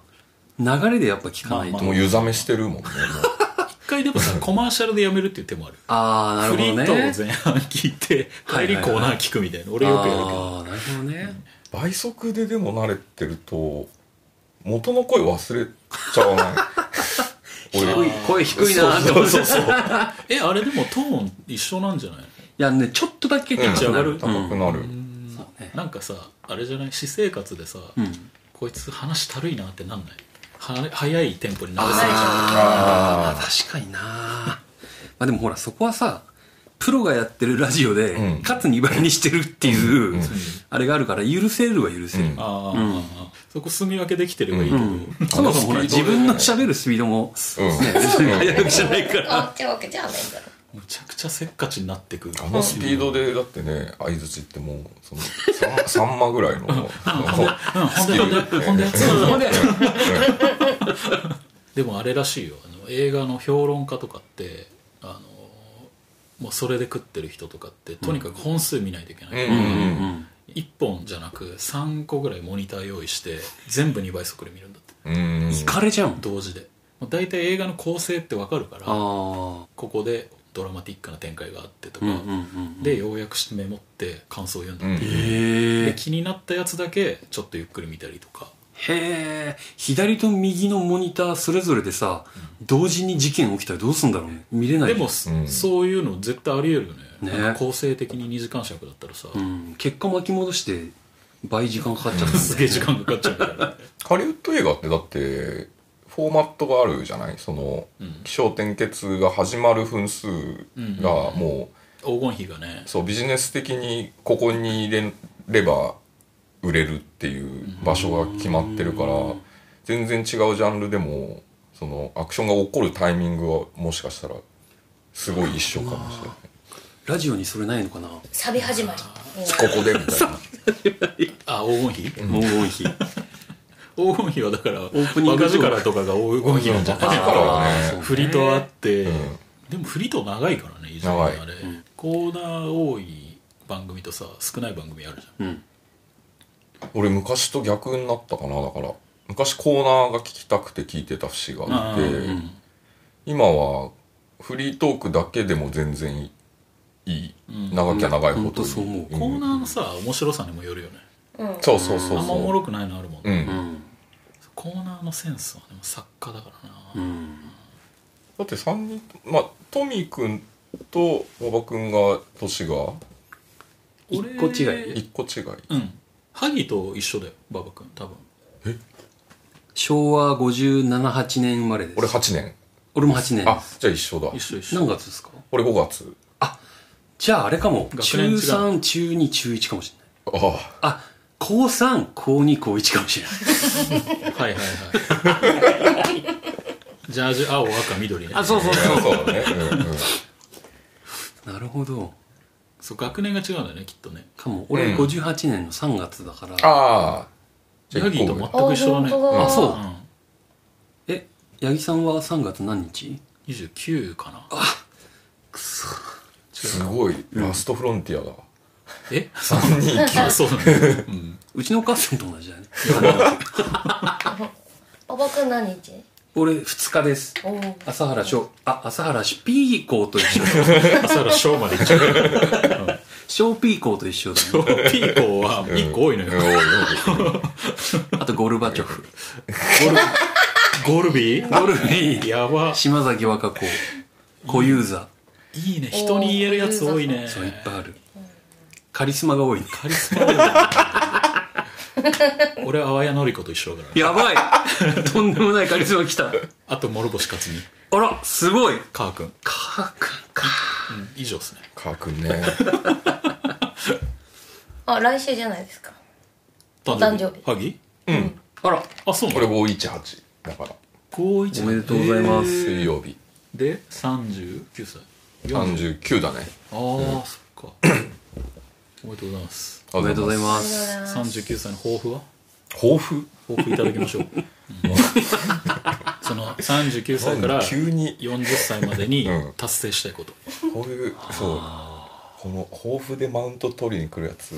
Speaker 2: 流れでやっぱ聞かないと。
Speaker 1: まあ
Speaker 3: もう湯冷めしてるもんねも
Speaker 1: 一回でもさコマーシャルでやめるっていう手もある
Speaker 2: ああー、
Speaker 1: フリ
Speaker 2: な
Speaker 1: ー
Speaker 2: るほ
Speaker 1: トを
Speaker 2: どね。
Speaker 1: 前半聞いて
Speaker 2: はい
Speaker 1: 帰り
Speaker 2: はいはい
Speaker 1: コーナー聞くみたいな俺よくやるけど
Speaker 2: ああ、なるほどね。
Speaker 3: う倍速ででも慣れてると元の声忘れちゃわない
Speaker 2: <laughs> 低い
Speaker 3: 俺、
Speaker 2: 声低いなーって思って。
Speaker 3: そうそうそう
Speaker 2: <laughs>
Speaker 3: そう
Speaker 1: えあれでもトーン一緒なんじゃないの
Speaker 2: いやね、ちょっとだけ高くなる。
Speaker 1: うん
Speaker 3: 高く
Speaker 2: うん
Speaker 3: なる、
Speaker 2: そうね
Speaker 1: なんかさあれじゃない私生活でさ、
Speaker 2: うん
Speaker 1: こいつ話たるいなってなんないは早いテンポになる
Speaker 2: あ
Speaker 3: あー
Speaker 2: あ確かになまあでもほらそこはさプロがやってるラジオで、
Speaker 3: うん
Speaker 2: かつ2倍にしてるっていう、
Speaker 3: うん
Speaker 2: あれがあるから許せるは許せる、
Speaker 3: うん
Speaker 1: ああ、
Speaker 2: うん
Speaker 1: そこ住み分けできてればいいけ
Speaker 2: う
Speaker 1: ど、 <laughs>
Speaker 2: んそもそもほら
Speaker 3: あのスピ
Speaker 2: 自
Speaker 3: ードで
Speaker 2: 分の喋るスピードも、
Speaker 3: うん
Speaker 2: ね別に速くじゃないから
Speaker 4: 変わっちゃうわけじゃないんだろ
Speaker 1: むちゃくちゃせっかちになってくる
Speaker 3: あのスピードでだってね相づちってもうその 3, マぐらいの
Speaker 1: うんほんでほんでほんでほんで <laughs> でもあれらしいよあの映画の評論家とかってあのもうそれで食ってる人とかってとにかく本数見ないといけない、
Speaker 3: うんうん
Speaker 2: うん
Speaker 1: 1本じゃなく3個ぐらいモニター用意して全部2倍速で見るんだって
Speaker 3: うん
Speaker 2: イカれじゃん
Speaker 1: 同時でもう大体映画の構成ってわかるから
Speaker 2: あ
Speaker 1: ここでドラマティックな展開があってと
Speaker 2: あ
Speaker 1: か、
Speaker 2: うんうんうん
Speaker 1: でようやくしてメモって感想を読んだっていう、
Speaker 2: へ
Speaker 1: で
Speaker 2: え
Speaker 1: 気になったやつだけちょっとゆっくり見たりとか
Speaker 2: へえ左と右のモニターそれぞれでさ、同時に事件起きたらどうすんだろうね見れない
Speaker 1: でも、そ
Speaker 3: うん
Speaker 1: そういうの絶対ありえるよね
Speaker 2: ね
Speaker 1: なんか構成的に2時間尺だったらさ、
Speaker 2: うん、結果巻き戻して倍時間かかっちゃったんだよね
Speaker 1: すげえ時間かかっちゃうからね <laughs>
Speaker 3: ハリウッド映画ってだってフォーマットがあるじゃないその
Speaker 1: うん
Speaker 3: 起承転結が始まる分数がも
Speaker 1: 黄金比がね
Speaker 3: うそうビジネス的にここに入れれば売れるっていう場所が決まってるから全然違うジャンルでもそのアクションが起こるタイミングはもしかしたらすごい一緒かもしれない。
Speaker 2: ラジオにそれないのかな
Speaker 4: サビ始まりみんな
Speaker 3: ここでみたいな。
Speaker 1: あ黄金比
Speaker 2: 黄金比
Speaker 1: 黄金比はだからオ
Speaker 2: ープニングと
Speaker 1: バカ力とかが黄金比なんじゃない
Speaker 3: バカ力はね
Speaker 1: あー振りとあって、
Speaker 3: ん
Speaker 1: でも振りと長いからね以上
Speaker 3: 長い
Speaker 1: あれ、コーナー多い番組とさ少ない番組あるじゃん
Speaker 2: <laughs> うん
Speaker 3: 俺昔と逆になったかなだから昔コーナーが聞きたくて聞いてた節があって、
Speaker 1: うん
Speaker 3: 今はフリートークだけでも全然いい、
Speaker 1: ん
Speaker 3: 長きゃ長いほ
Speaker 2: ほん
Speaker 3: ど
Speaker 2: と
Speaker 3: いい
Speaker 2: そう思う
Speaker 1: コーナーのさ面白さにもよるよね
Speaker 4: うん
Speaker 3: そうそうそうそう
Speaker 1: あんまおもろくないのあるもん
Speaker 3: う
Speaker 1: ね、
Speaker 3: ん、
Speaker 2: うん
Speaker 1: コーナーのセンスはでも作家だからな、
Speaker 2: うん
Speaker 3: だって3人まあトミー君と馬場君が年が
Speaker 1: 俺
Speaker 2: 一個違い
Speaker 3: 1個違い
Speaker 1: うん萩と一緒だよ馬場君多分
Speaker 2: 昭和578年生まれです
Speaker 3: 俺8年
Speaker 2: 俺も8年
Speaker 3: あじゃあ一緒だ
Speaker 1: 一緒一緒
Speaker 2: 何月ですか
Speaker 3: 俺5月
Speaker 2: じゃああれかも
Speaker 1: 学
Speaker 2: 中
Speaker 1: 年違う
Speaker 2: 3中2中1かもしれない
Speaker 3: ああ
Speaker 2: あ高3高2高1かもしれない
Speaker 1: はいはいはい
Speaker 2: <laughs>
Speaker 1: ジャージ青赤緑ね
Speaker 2: そうそうそ
Speaker 3: そうだね、うんうん、
Speaker 2: なるほど
Speaker 1: そう学年が違うんだよねきっとね
Speaker 2: かも俺
Speaker 3: うん
Speaker 2: 58年の3月だから、
Speaker 3: ああじゃあ
Speaker 1: ヤギ
Speaker 3: 1
Speaker 1: と
Speaker 3: 個上
Speaker 1: 全く一緒だね
Speaker 4: あ本当だ
Speaker 2: あそう
Speaker 1: うん、
Speaker 2: え八木さんは3月何日
Speaker 1: 29かな
Speaker 3: すごいラストフロンティアだ、
Speaker 1: え <laughs> 三329そうだね、うん、
Speaker 2: うちのお母さんと同じだね
Speaker 4: 馬場君何日
Speaker 2: 俺2日です
Speaker 4: おー
Speaker 2: 朝原翔あ朝原しピーコーと一緒だ
Speaker 1: 朝からショーまで
Speaker 2: <laughs>
Speaker 1: 行っちゃう
Speaker 2: 小ピーコーと一緒だね
Speaker 1: ピーコーは1個多いのよ、
Speaker 3: うん
Speaker 2: あとゴルバチョフ。
Speaker 1: ゴルビー
Speaker 2: ゴルビー、
Speaker 1: やば
Speaker 2: 島崎和歌子、小遊三、
Speaker 1: いいね人に言えるやつ多いね
Speaker 2: そういっぱいある。カリスマが多いね。
Speaker 1: カリスマだよ俺は淡谷のり子と一緒だからね
Speaker 2: やばいとんでもないカリスマ来た。
Speaker 1: あと諸星克実
Speaker 2: あら、すごい
Speaker 1: カー君、うん、
Speaker 2: カー君か。
Speaker 1: 以上ですね
Speaker 3: 川君ね
Speaker 4: あ来週じゃないですか
Speaker 1: 誕
Speaker 4: 誕生日
Speaker 1: 萩
Speaker 3: うん
Speaker 2: あら、
Speaker 1: あそうな
Speaker 3: 俺
Speaker 1: の
Speaker 3: 518だから
Speaker 1: 高一
Speaker 2: おめでとうございます
Speaker 3: 水曜日
Speaker 1: で39歳40
Speaker 3: 39だね
Speaker 1: ああ、そっかおめでとうございます
Speaker 2: おめでとうございま
Speaker 4: ありがとうござ
Speaker 2: す
Speaker 4: います
Speaker 1: 39歳の抱負は
Speaker 3: 抱負
Speaker 1: 抱負いただきま
Speaker 3: <laughs>
Speaker 1: しょう、うんその39歳から
Speaker 3: なんで急に
Speaker 1: 40歳までに
Speaker 3: うん
Speaker 1: 達成したいこと、
Speaker 3: こういうそうこの抱負でマウント取りに来るや
Speaker 1: <laughs>
Speaker 3: つ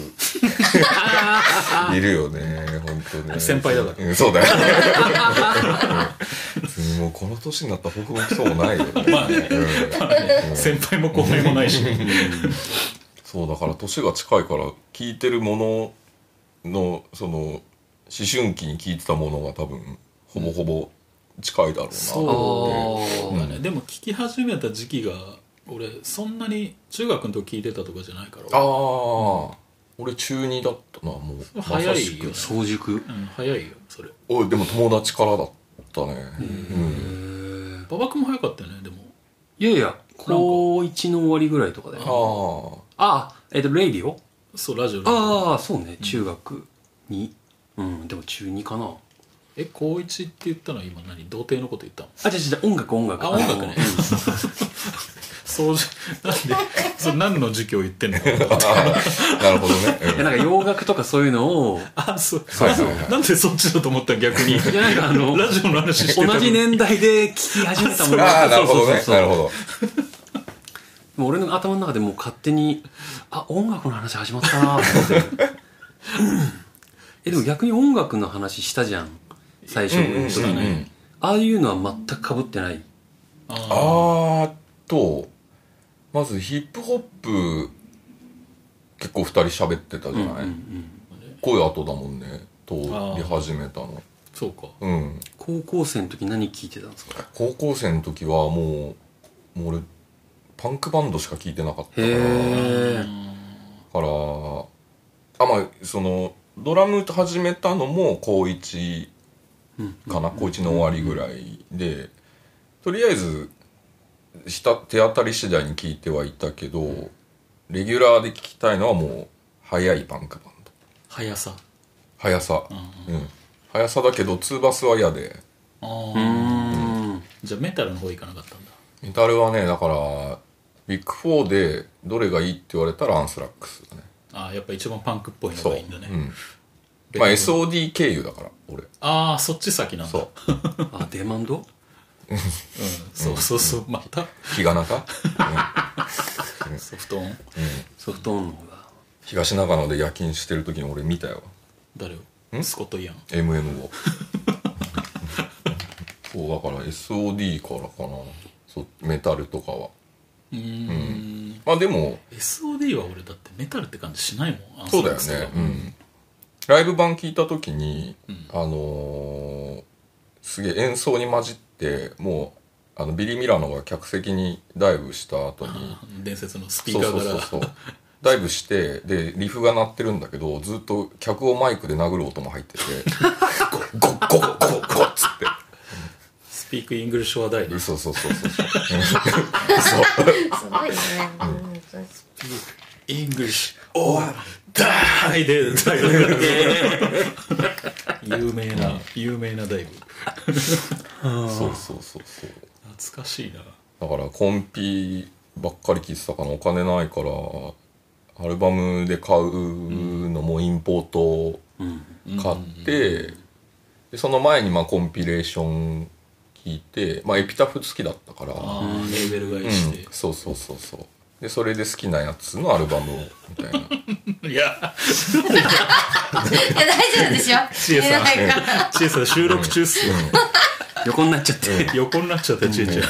Speaker 3: いるよね本当ね
Speaker 1: 先輩だから
Speaker 3: そうだようんもうこの年になったら抱負もクソもないよね
Speaker 1: まあね
Speaker 3: うん
Speaker 1: 先輩も後輩もないし、
Speaker 3: そうだから年が近いから聞いてるもののその思春期に聞いてたものが多分ほぼほぼ近いだろうなと思って
Speaker 1: そうだね、でも聞き始めた時期が俺そんなに中学の時聞いてたとかじゃないから
Speaker 3: ああ俺中二だったなもう
Speaker 1: 早いよ
Speaker 3: まさしく
Speaker 2: 早熟
Speaker 1: うん早いよそれ
Speaker 3: おいでも友達からだったねうん
Speaker 1: 馬場君も早かったよねでも
Speaker 2: いやいや高1の終わりぐらいとかだ
Speaker 3: あ
Speaker 2: よ
Speaker 3: あ
Speaker 2: あえっとレイディオ
Speaker 1: そうラジオで
Speaker 2: ああそうね中学にうんでも中2かな
Speaker 1: え高一って言ったのは今何童貞のこと言ったの
Speaker 2: あ違う違う音楽音楽
Speaker 1: あ音楽ねそうじゃなんでそれ何の授業言ってんの
Speaker 3: <laughs> なるほどね
Speaker 2: <laughs> いやなんか洋楽とかそういうのを
Speaker 1: あそう
Speaker 3: はいはいはい
Speaker 1: なんでそっちだと思ったの逆に
Speaker 2: いやなんかあの
Speaker 1: ラジオの話してたの
Speaker 2: 同じ年代で聴き始めたも
Speaker 3: うんんああなるほどねなるほど
Speaker 2: もう俺の頭の中でもう勝手に、あ、音楽の話始まったなと思って。 <laughs> うんえ、でも逆に音楽の話したじゃん。最初
Speaker 3: うんうんう
Speaker 2: の
Speaker 3: ん
Speaker 2: 人がね。ああいうのは全く被ってない。
Speaker 1: あ
Speaker 3: あーとまずヒップホップ結構2人喋ってたじゃない、
Speaker 2: うんうん
Speaker 3: 声後だもんね通り始めたの
Speaker 1: ーそうか
Speaker 3: うん
Speaker 2: 高校生の時何聞いてたんですか
Speaker 3: 高校生の時はもうもう俺パンクバンドしか聞いてなかった
Speaker 2: へ
Speaker 3: から
Speaker 2: え。
Speaker 3: からあまあそのドラム始めたのも高一かな、高一の終わりぐらいでとりあえずした手当たり次第に聞いてはいたけど、レギュラーで聞きたいのはもう速いパンクバンド
Speaker 1: 速さ
Speaker 3: 速さうん、速さだけどツーバスは嫌で
Speaker 1: あ
Speaker 2: う
Speaker 1: あ
Speaker 2: ーん。
Speaker 1: じゃあメタルの方行かなかったんだ
Speaker 3: メタルはねだからビッグフォーでどれがいいって言われたらアンスラックスだね
Speaker 1: ああやっぱ一番パンクっぽいの
Speaker 3: そう、
Speaker 1: がいいんだね
Speaker 3: うんまあ SOD 経由だから俺
Speaker 1: ああそっち先なんだ
Speaker 3: そう <laughs>
Speaker 2: あ、デマンド
Speaker 1: うん、そうそうそう、また
Speaker 3: 日が中、うん
Speaker 1: ソフトオン
Speaker 2: ソフトオンの方が。
Speaker 3: 東中野で夜勤してる時に俺見たよ
Speaker 1: 誰を
Speaker 3: ん
Speaker 1: スコット・イアン
Speaker 3: MM
Speaker 1: <laughs>
Speaker 3: をそうだから SOD からかなそうメタルとかは
Speaker 1: うーん
Speaker 3: まあでも
Speaker 1: SOD は俺だってメタルって感じしないもんアンス
Speaker 3: そう
Speaker 1: ラッ
Speaker 3: だよ
Speaker 1: クスとか
Speaker 3: ね、うん、ライブ版聞いた時に、あのーすげえ演奏に混じってもうあのビリー・ミラノが客席にダイブした後 <laughs> に
Speaker 1: 伝説のスピ
Speaker 3: そ
Speaker 1: ー
Speaker 3: う
Speaker 1: カー
Speaker 3: そう
Speaker 1: から
Speaker 3: そうそうダイブしてでリフが鳴ってるんだけどずっと客をマイクで殴る音も入ってて <laughs> ゴッゴッゴッゴッゴッつっ
Speaker 1: スピーク・イングリッシュ・はダイ
Speaker 3: て
Speaker 1: ス
Speaker 3: そうそうそうそうそう
Speaker 4: すごいね。うん
Speaker 1: ピーク・イングリッシュ・オー・ダイでダイブ有名な有名なダイブ
Speaker 3: <laughs> そうそうそうそう
Speaker 1: 懐かしいな
Speaker 3: だからコンピばっかり聞いてたからお金ないからアルバムで買うのもインポートを買って、でその前にまあコンピレーション聞いて、まあ、エピタフ好きだったから
Speaker 1: あーレーベル買いして
Speaker 3: うん、そうそうそうそうでそれで好きなやつのアルバムをみたいな
Speaker 1: いや
Speaker 4: いや、大丈夫でしょ
Speaker 1: 知恵さん
Speaker 4: 見えないから
Speaker 1: 知恵さん収録中っすよ
Speaker 2: 横になっちゃって。
Speaker 1: 横になっちゃった知恵ちゃん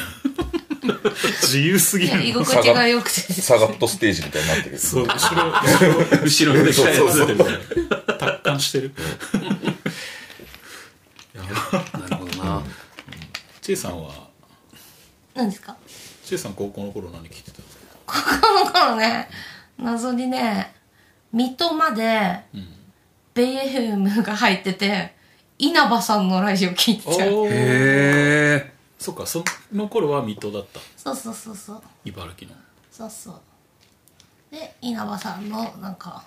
Speaker 1: 自由すぎ
Speaker 4: い
Speaker 1: る
Speaker 4: や、居心地が良くて。
Speaker 3: サガットステージみたいになってる
Speaker 1: そう、後ろ、後ろ、
Speaker 2: 後ろに
Speaker 1: 鍛え
Speaker 2: そうそう
Speaker 1: られてるから達観してる。
Speaker 2: なるほどな。
Speaker 1: ちいさんは、
Speaker 4: 何ですか
Speaker 1: ちいさん高校の頃何聞いてたんですか
Speaker 4: この頃ね、謎にね、水戸まで、ベイエフエムが入ってて、稲葉さんのラジオ聞いてちゃう。
Speaker 1: ー
Speaker 2: へえ。
Speaker 1: そっか、その頃は水戸だった。
Speaker 4: そうそうそうそう。
Speaker 1: 茨城の。
Speaker 4: そうそう。で、稲葉さんの、なんか、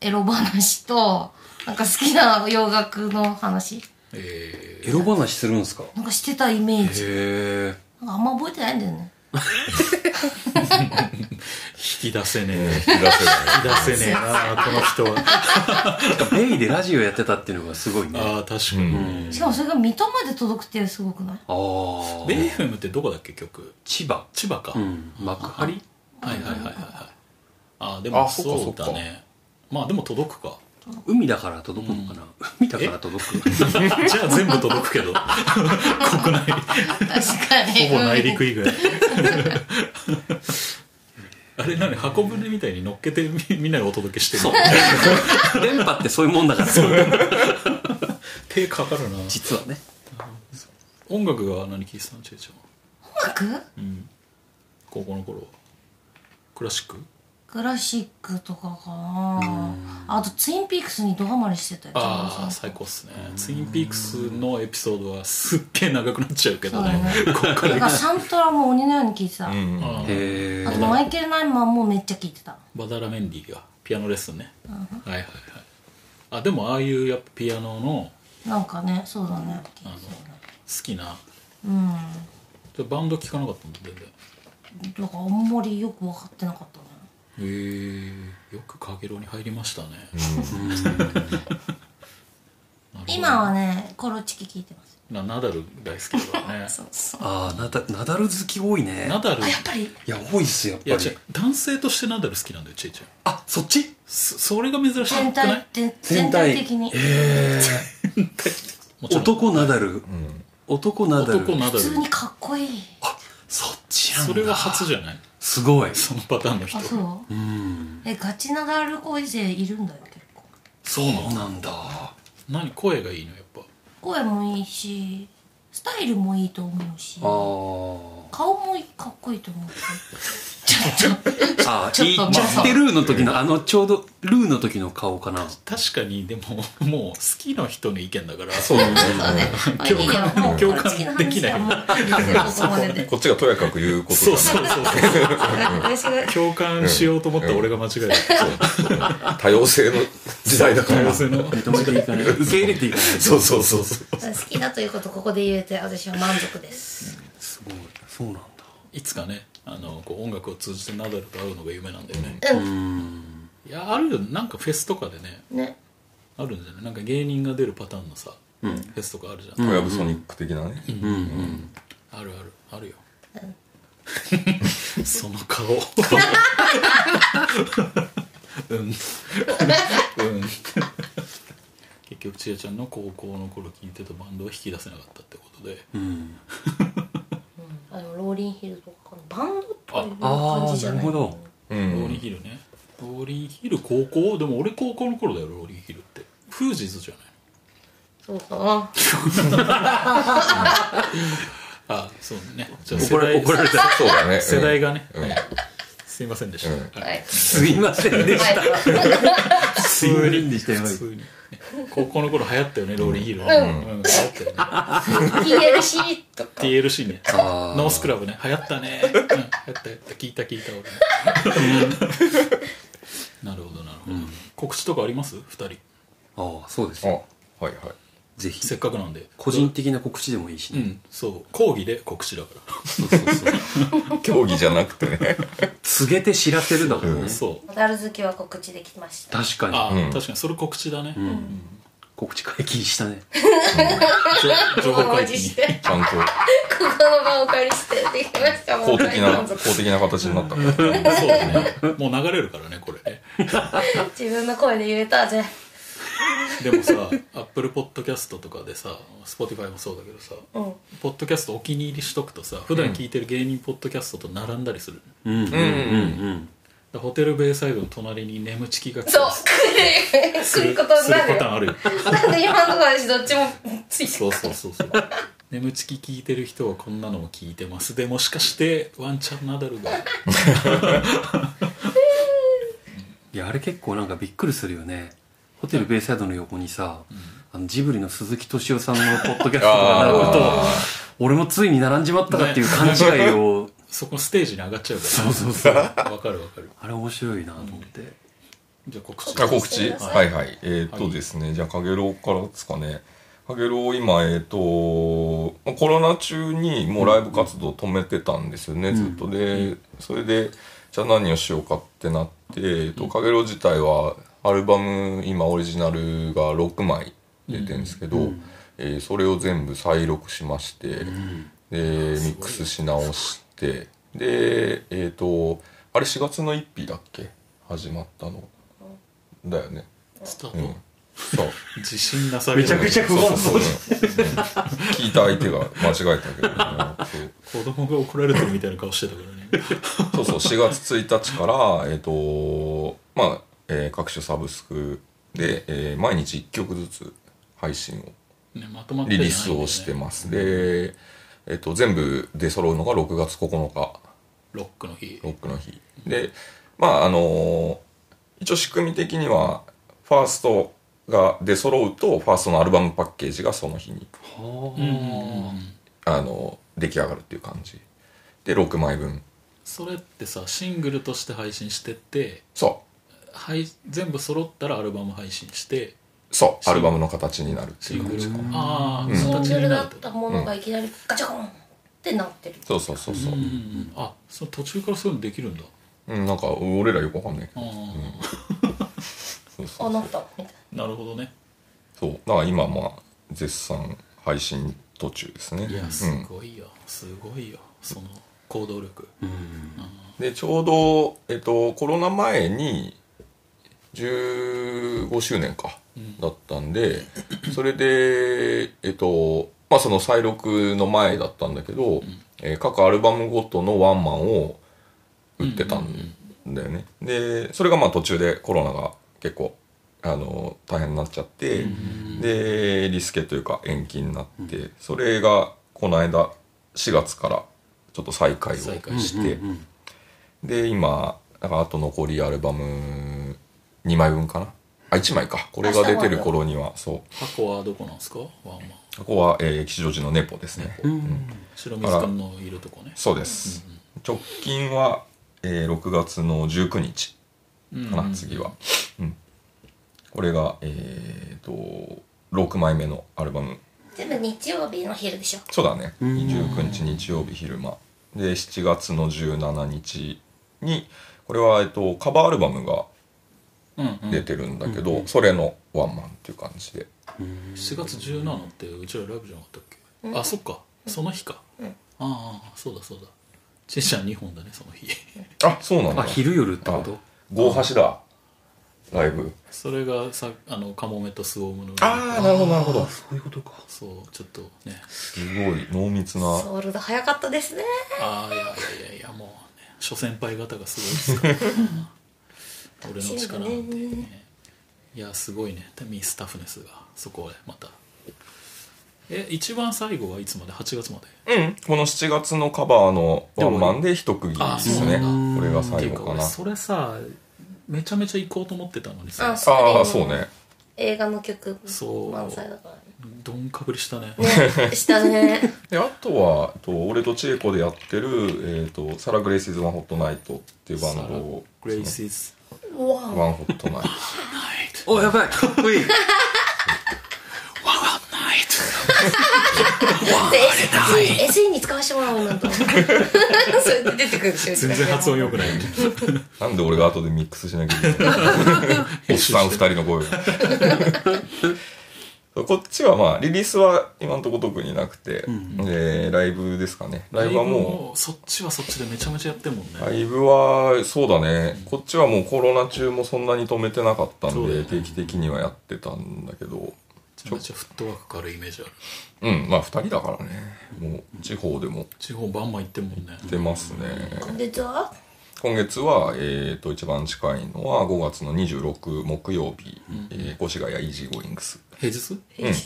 Speaker 4: エロ話と、なんか好きな洋楽の話、
Speaker 1: え
Speaker 2: エロ話するんすか
Speaker 4: なんかしてたイメージ。
Speaker 2: へえ。
Speaker 4: なんかあんま覚えてないんだよね
Speaker 1: 引き出せねえ、引
Speaker 3: いらっしゃ
Speaker 1: き出
Speaker 3: るね
Speaker 1: せねえなこの <laughs> 人は
Speaker 2: ベイでラジオやってたっていうのがすごいね。
Speaker 1: ああ確かに、
Speaker 2: うん
Speaker 4: しかもそれが水戸まで届くってすごくない
Speaker 2: ああ。
Speaker 1: ベイフムってどこだっけ曲
Speaker 2: 千葉。
Speaker 1: 千葉か、
Speaker 2: うん。幕張
Speaker 1: はいはいはいはいはいああでも
Speaker 3: あそっか
Speaker 1: そうだねまあでも届くか <laughs>
Speaker 2: 海だから届くのかな、海だから届く。
Speaker 1: じゃあ全部届くけ <laughs> ど国内
Speaker 4: 確かに
Speaker 1: ほぼ内陸以外 <laughs> あれ何箱舟みたいに乗っけてみみんなにお届けしてる
Speaker 2: そう。電波ってそういうもんだから、
Speaker 1: 手かかるな
Speaker 2: 実はね。
Speaker 1: 音楽は何聴いてたのちえちゃんは
Speaker 4: 音楽
Speaker 1: うん高校の頃はクラシック
Speaker 4: クラシックとかかなあとツインピークスにドハマりしてたよ
Speaker 1: ああ最高っすねツインピークスのエピソードはすっげえ長くなっちゃうけどね
Speaker 4: そ
Speaker 1: こっか
Speaker 4: だかららサントラも鬼のように聴いてた、
Speaker 3: うんうん
Speaker 1: あー
Speaker 2: へ
Speaker 4: あ
Speaker 2: え
Speaker 4: と。マイケル・ナイマンもめっちゃ聴いてた
Speaker 1: バダラ・メンディーがピアノレッスンね、はいはいはいあでもああいうやっぱピアノの
Speaker 4: なんかねそうだね聴いて
Speaker 1: 好きな
Speaker 4: たよね
Speaker 1: ちょバンド聴かなかったんだ全然
Speaker 4: うんだからあんまりよく分かってなかったね
Speaker 1: へえよくかげろうに入りましたね、 <laughs>
Speaker 4: 今はねコロチキ聴いてます
Speaker 1: なナダル大好きだからね
Speaker 4: <laughs> そうそう
Speaker 2: ああ、ナダナダル好き多いね。
Speaker 1: ナダル
Speaker 4: あやっぱり
Speaker 2: いや、多いっす、やっ
Speaker 1: い
Speaker 2: ぱ
Speaker 1: や
Speaker 2: り
Speaker 1: 違。う男性としてナダル好きなんだよちえちゃん
Speaker 2: あ、そっち
Speaker 1: そそれが珍しくな
Speaker 4: 全
Speaker 1: い
Speaker 4: 体って全
Speaker 2: 全
Speaker 4: 体
Speaker 2: 体
Speaker 4: 的に
Speaker 2: え
Speaker 1: も
Speaker 2: え。
Speaker 1: ちろん
Speaker 2: 男ナダル。男ナダル。
Speaker 1: 男ナダ
Speaker 4: 普通
Speaker 1: ル
Speaker 4: にかっこいい
Speaker 2: そっちなんだ。
Speaker 1: それは初じゃない
Speaker 2: すごい。
Speaker 1: そのパターンの人
Speaker 4: あそう
Speaker 2: うん。
Speaker 4: えガチナダル恋勢いるんだよ結構
Speaker 2: そうなんだ。
Speaker 1: 何声がいいのやっぱ
Speaker 4: 声もいいしスタイルもいいと思うし
Speaker 2: あー
Speaker 4: 顔もかっこいいと思うし
Speaker 2: あ
Speaker 4: ちょ
Speaker 2: ー。
Speaker 4: っ
Speaker 2: い
Speaker 4: と
Speaker 2: っちゃってルーの時の、あの、ちょうど、ルーの時の顔かな。
Speaker 1: 確かにでも <laughs> もう好きの人の意見だから
Speaker 3: そうだね
Speaker 4: いいよもう
Speaker 1: 共
Speaker 4: これ好きな
Speaker 1: 感でき
Speaker 4: 話
Speaker 1: ない
Speaker 4: はもういいよここまでで
Speaker 3: こっちがとやかく言うことじゃ
Speaker 1: そ
Speaker 3: な
Speaker 1: うそ
Speaker 3: い
Speaker 1: うそう
Speaker 4: 嬉しくな
Speaker 1: <laughs>
Speaker 4: い
Speaker 1: 共感しようと思った俺が間違えた
Speaker 3: 多様性の時代だか
Speaker 1: 多様
Speaker 3: ら
Speaker 1: 性の
Speaker 2: 認めていかない。受け入れていかない。
Speaker 3: そうそうそうそう
Speaker 4: 好きだということをここで言えて私は満足です
Speaker 2: すごい。そうなんだ。
Speaker 1: いつかねあのこう音楽を通じてナダルと会うのが夢なんだよね
Speaker 4: うん
Speaker 1: いやあるよなんかフェスとかでね
Speaker 4: ね
Speaker 1: あるんじゃないなんか芸人が出るパターンのさ、フェスとかあるじゃん、
Speaker 3: 小籔ソニック的なね
Speaker 1: あるあるあるよ、 <laughs> その顔うんうん結局ちえちゃんの高校の頃聴いてたバンドは引き出せなかったってことで、
Speaker 2: うん。
Speaker 4: あのローリンヒルとかバンドとかいう
Speaker 2: あ
Speaker 4: 感じ
Speaker 2: あ、
Speaker 4: じ
Speaker 2: な
Speaker 4: ゃ
Speaker 2: る
Speaker 4: ない
Speaker 2: ほど。
Speaker 3: う
Speaker 1: ローリン
Speaker 3: ん
Speaker 1: ヒルねローリンヒル高校でも俺高校の頃だよローリンヒルってフージーズじゃない
Speaker 4: そうかな
Speaker 1: あそうねじゃあ世
Speaker 2: 怒ら
Speaker 1: 代
Speaker 2: 怒られた。
Speaker 3: そうだね
Speaker 1: 世代がね、
Speaker 3: うん
Speaker 1: すいませんでした、
Speaker 3: うん
Speaker 1: は
Speaker 4: はいい
Speaker 2: すいませんでした。すいませんでした。やばい
Speaker 1: 普通にね高校の頃流行ったよねローリンヒル、うん流行ったよね
Speaker 4: TLC とか
Speaker 1: TLC ね
Speaker 2: あー
Speaker 1: ノースクラブね流行ったね、うん、流行った流行った聞いた聞いた俺なるほどなるほど、告知とかあります2人
Speaker 2: ああ、そうです
Speaker 3: あ
Speaker 2: ね。
Speaker 3: はいはい
Speaker 2: ぜひ
Speaker 1: せ。っかくなんで
Speaker 2: 個人的な告知でもいいし
Speaker 1: う
Speaker 2: ね。
Speaker 1: んそう講義で告知だから
Speaker 2: そうそうそう。
Speaker 3: 競技じゃなくて
Speaker 1: <laughs>
Speaker 3: ね
Speaker 2: 告げて知らせるだもんね。
Speaker 1: そう
Speaker 4: ダル好きは告知できました
Speaker 2: 確か
Speaker 1: あ
Speaker 2: に。
Speaker 1: ー、
Speaker 3: うん
Speaker 1: 確かにそれ告知だね、
Speaker 2: 告知解禁したね。
Speaker 1: 情情報
Speaker 4: お
Speaker 1: 解
Speaker 4: 待
Speaker 1: 禁
Speaker 4: ちし
Speaker 1: に
Speaker 4: てこ
Speaker 3: ちゃんと
Speaker 4: この場をお借りしてできましたも
Speaker 3: 公
Speaker 4: う
Speaker 3: 的
Speaker 4: 大
Speaker 3: な
Speaker 4: 満
Speaker 3: 公
Speaker 4: 足
Speaker 3: 的な形になったから
Speaker 1: そうだねもう流れるからねこれね
Speaker 4: 自分の声で言えたぜ
Speaker 1: でもさ Apple Podcast とかでさ Spotify もそうだけどさ、
Speaker 4: うん
Speaker 1: ポッドキャストお気に入りしとくとさ普段聞いてる芸人ポッドキャストと並んだりする、
Speaker 2: うんうんうんうん。
Speaker 1: だホテルベイサイドの隣に眠ちきが来
Speaker 4: そう <laughs>
Speaker 1: す
Speaker 4: 来る来
Speaker 1: る
Speaker 4: ることに
Speaker 1: する
Speaker 4: なる
Speaker 1: パターンあるよ
Speaker 4: なんで今のところ私どっちもついて
Speaker 1: そうそうそうそう眠ちき聞いてる人はこんなのも聞いてますでもしかしてワンチャンナダルが
Speaker 2: いや、あれ結構なんかびっくりするよね。ホテルベイサイドの横にさ、あのジブリの鈴木敏夫さんのポッドキャストが並ぶと、俺もついに並んじまったかっていう勘違い
Speaker 3: <laughs>
Speaker 2: を、
Speaker 1: そこのステージに上がっちゃうから
Speaker 2: そうそうそう。
Speaker 1: わかるわかる
Speaker 2: あれ面白いなと思って。
Speaker 1: じゃあ告知
Speaker 3: あ告知はいはいえっ、とですねじゃあかげろうからですかねハゲロウ今、えっ、と、まあコロナ中にもうライブ活動止めてたんですよね、ずっと。で、それで、じゃあ何をしようかってなって、えっと、ハゲロウ自体は、アルバム、今オリジナルが6枚出てるんですけど、えーそれを全部再録しまして、で、ミックスし直して、で、えっ、と、あれ4月の1日だっけ始まったの。だよね。
Speaker 1: スタート、
Speaker 3: うん。そう。
Speaker 1: 自信なさ
Speaker 2: めちゃくちゃ不安そうじ
Speaker 3: 聞いた相手が間違えたけどね、
Speaker 1: 子供が怒られてるみたいな顔してたからね
Speaker 3: そうそうそう4月1日からえっ、とまあ、えー各種サブスクで、えー毎日1曲ずつ配信を
Speaker 1: ねまとまって
Speaker 3: リ
Speaker 1: じゃないんだ
Speaker 3: リース
Speaker 1: よね
Speaker 3: をしてます、で、えっと全部出揃うのが6月9日
Speaker 1: ロックの日
Speaker 3: ロックの日でまああのー一応仕組み的にはファーストが出揃うとファーストのアルバムパッケージがその日に
Speaker 1: うんうんうんう
Speaker 2: は
Speaker 1: ん
Speaker 3: あの出来上がるっていう感じで6枚分
Speaker 1: それってさシングルとして配信してって
Speaker 3: そう
Speaker 1: 配全部揃ったらアルバム配信して
Speaker 3: そう、
Speaker 1: シン
Speaker 3: アルバムの形になるって
Speaker 1: シ
Speaker 3: いう
Speaker 1: ング
Speaker 3: 感じ
Speaker 1: ル
Speaker 3: かな。
Speaker 1: ああ、
Speaker 3: うん
Speaker 4: シン
Speaker 1: 形
Speaker 4: グ
Speaker 1: に
Speaker 4: ルだ
Speaker 1: なる
Speaker 4: っ
Speaker 1: と
Speaker 4: たものがいきなりガチャコンってなってる
Speaker 3: そうそうそうそう
Speaker 1: うんう。んあその途中からそういうのできるんだ
Speaker 3: うん、なんか俺らよくわかんないけ
Speaker 1: あ
Speaker 3: ど。
Speaker 1: あ、
Speaker 3: そうそ
Speaker 4: あ
Speaker 3: う
Speaker 4: なったみたい
Speaker 1: なるほどね
Speaker 3: そう。だから今まあ絶賛配信途中ですね。
Speaker 1: いや
Speaker 3: う
Speaker 1: す
Speaker 3: ん。
Speaker 1: ごいよすごいよその行動力
Speaker 3: でちょうどえっとコロナ前に15周年か
Speaker 1: うん
Speaker 3: だったんで、それでえっとまあその再録の前だったんだけど、えー各アルバムごとのワンマンを売ってたんだよね、でそれがまあ途中でコロナが結構あの大変になっちゃって、でリスケというか延期になって、それがこの間4月からちょっと再開を
Speaker 1: 再開
Speaker 3: して、
Speaker 2: うんうん
Speaker 3: で今だからあと残りアルバム2枚分かなあ1枚かこれが出てる頃にはそ
Speaker 1: 箱はどこなんですかワンマン
Speaker 3: うここは、えー吉祥寺のネポですね、
Speaker 1: 白水くんのいるとこね
Speaker 3: そうです、直近は、えー6月の19日
Speaker 1: うん
Speaker 3: かな、次は、うん、これがえー、と6枚目のアルバム
Speaker 4: 全部日曜日の昼でしょ
Speaker 3: そうだね29日日曜日昼間で7月の17日にこれは、えっと、カバーアルバムが
Speaker 1: うんうん
Speaker 3: 出てるんだけど、それのワンマンっていう感じで
Speaker 1: 4月17ってうちらライブじゃなかったっけ、あそっかその日か、ああそうだそうだちえちゃん2本だねその日
Speaker 3: あそうなんだ
Speaker 2: あ昼夜ってこと
Speaker 3: 合橋だライブ
Speaker 1: それがさあのカモメとスウォームの
Speaker 3: ああなるほどなるほどす
Speaker 2: そういうことか
Speaker 1: そうちょっとね
Speaker 3: ごい濃密な
Speaker 4: ソウルド早かったですね
Speaker 1: ああいやいやいやいやもうね諸先輩方がすごいですから俺の力なんてねいやすごいねミスタフネスがそこでまたえ一番最後はいつまで8月まで
Speaker 3: うんこの7月のカバーのワンマンで一区切りですね
Speaker 1: あそうなん
Speaker 3: これが
Speaker 1: ってい
Speaker 3: 最
Speaker 1: うか
Speaker 3: 後か
Speaker 1: 俺
Speaker 3: な
Speaker 1: それさめちゃめちゃ行こうと思ってたのにさ
Speaker 4: あそ
Speaker 3: ああそうね
Speaker 4: 映画の曲
Speaker 1: そう
Speaker 4: 満載だから
Speaker 1: どんかぶりしたね
Speaker 4: ねねしたね
Speaker 3: であとはえっと俺と千恵子でやってる、えーと「サラ・グレイシーズ・ワンホット・ナイト」っていうバンドを
Speaker 1: グレイシーズ
Speaker 4: うわ
Speaker 3: ワンホットナイ
Speaker 2: おやば
Speaker 3: <laughs>
Speaker 2: いお
Speaker 1: ワンワン
Speaker 2: い
Speaker 1: ナイト
Speaker 4: で SE にに使わせても <laughs> らおうなんとそれで出てくるでしょ
Speaker 1: 全然発音良くない
Speaker 3: トなんで俺が後でミックスしなきゃいけないのおっさん二人の声が <laughs> こっちはまあリリースは今のところ特になくて、でライブですかねライブはも
Speaker 1: うそっちはそっちでめちゃめちゃやってるもんね
Speaker 3: うライブはそうだねこっちはもうコロナ中もそんなに止めてなかった
Speaker 1: そ
Speaker 3: ん
Speaker 1: うだよ
Speaker 3: で
Speaker 1: ね
Speaker 3: 定期的にはやってたんだけど
Speaker 1: めちゃめちゃフットワーク軽いイメージある
Speaker 3: うんまあ二人だからねもう地方でも
Speaker 1: 地方バンバン行ってるもんね
Speaker 3: 出ますね、
Speaker 4: でじゃあ
Speaker 3: 今月は、えー、と一番近いのは5月の26木曜日、えー越谷イージーゴイングス
Speaker 1: 平日
Speaker 4: 平日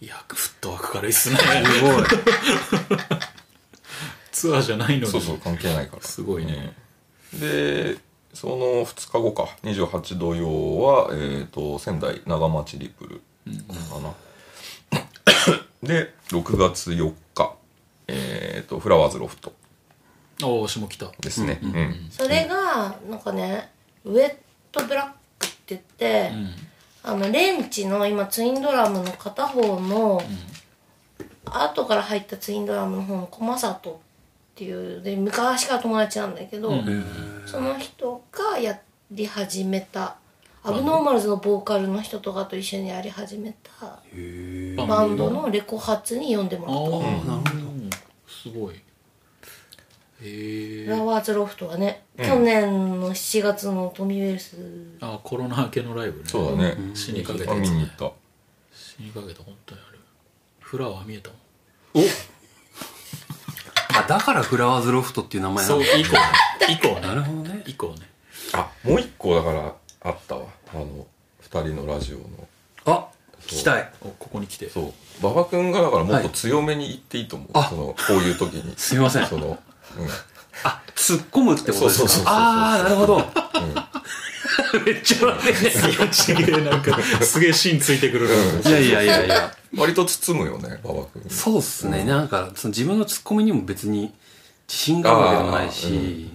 Speaker 1: いやフットワーク軽いっすね
Speaker 2: すごい
Speaker 1: ツアーじゃないのに
Speaker 3: そうそう関係ないから
Speaker 1: すごいね、
Speaker 3: うんでその2日後か28土曜は、えー、と仙台長町リプルかな、 <coughs> で6月4日えー、とフラワーズロフト
Speaker 1: おお下北
Speaker 3: ですねうん、
Speaker 4: それがなんかねウェットブラックって言って、
Speaker 1: うん
Speaker 4: あのレンチの今ツインドラムの片方の、後から入ったツインドラムの方の駒里っていうで昔から友達なんだけど、
Speaker 1: うん
Speaker 4: その人がやり始めたアブノーマルズのボーカルの人とかと一緒にやり始めた
Speaker 2: へえ
Speaker 1: バ
Speaker 4: バ
Speaker 1: ン
Speaker 4: ン
Speaker 1: ド
Speaker 4: ド
Speaker 1: の
Speaker 4: のレコ発に読んで
Speaker 1: ああ
Speaker 4: もらっ
Speaker 1: なるほどすごいへ
Speaker 4: た
Speaker 1: え
Speaker 4: フラワーズロフトはね、
Speaker 3: うん
Speaker 4: 去年の7月のトミー・ウェルス
Speaker 1: あコロナ明けのライブね
Speaker 3: そうだね
Speaker 1: 死にかけた
Speaker 3: あ
Speaker 1: や
Speaker 3: 見
Speaker 1: つ
Speaker 3: に行
Speaker 1: ね
Speaker 3: った
Speaker 1: 死にかけた本当にあるフラワー見えたもん
Speaker 2: おあだからフラワーズロフトっていう名前な
Speaker 1: そ
Speaker 2: ん
Speaker 1: う
Speaker 2: だ
Speaker 1: 以降ね以降
Speaker 2: なる
Speaker 1: ね
Speaker 2: ほどね
Speaker 1: 以降ね
Speaker 3: あもう一個だからあったわあの2人のラジオの
Speaker 2: あ聞きたい
Speaker 1: おここに来て
Speaker 3: そう馬場君がだからもっ
Speaker 2: は
Speaker 3: と
Speaker 2: い
Speaker 3: 強めに言っていいと思う、
Speaker 2: あ
Speaker 3: そのこういう時に
Speaker 2: すみません
Speaker 3: その、うん、
Speaker 2: あ突っ込むってことで
Speaker 3: そうそうそうそ
Speaker 2: す
Speaker 3: う
Speaker 2: かああなるほど
Speaker 3: うん
Speaker 2: めっちゃ笑ってる
Speaker 1: すげえなん
Speaker 3: <laughs>
Speaker 1: かすげえ芯ついてくる
Speaker 3: うん
Speaker 2: いやいやいやいや
Speaker 3: 割と包むよね馬場君
Speaker 2: そうっすね、なんかその自分のツッコミにも別に自信があるわけでもないし、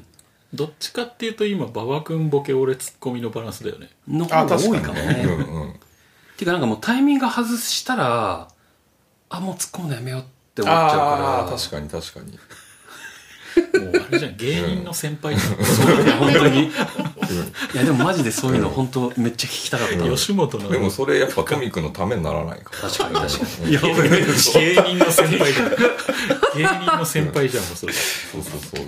Speaker 1: どっちかっていうと今馬場君ボケ俺ツッコミのバランスだよね
Speaker 2: の方が多い
Speaker 3: ね
Speaker 2: かも
Speaker 3: うん
Speaker 2: ね
Speaker 3: うん
Speaker 2: ていうかなんかもうタイミング外したらあもう突っ込むのやめようって思っちゃう
Speaker 3: あ
Speaker 2: か
Speaker 3: あ
Speaker 2: ら
Speaker 3: 確かに確かに
Speaker 1: もうあれじゃん芸人の先輩じ
Speaker 2: いや本当にい
Speaker 3: うん
Speaker 2: やでもマジでそういうの本当めっちゃ聞きたかった、
Speaker 1: ゃん吉本の
Speaker 3: でもそれやっぱトミ君のためにならないから
Speaker 2: 確かに確かに
Speaker 1: いや俺芸人の先輩じゃん芸人の先輩じゃんもうそれ
Speaker 3: そうそうそう、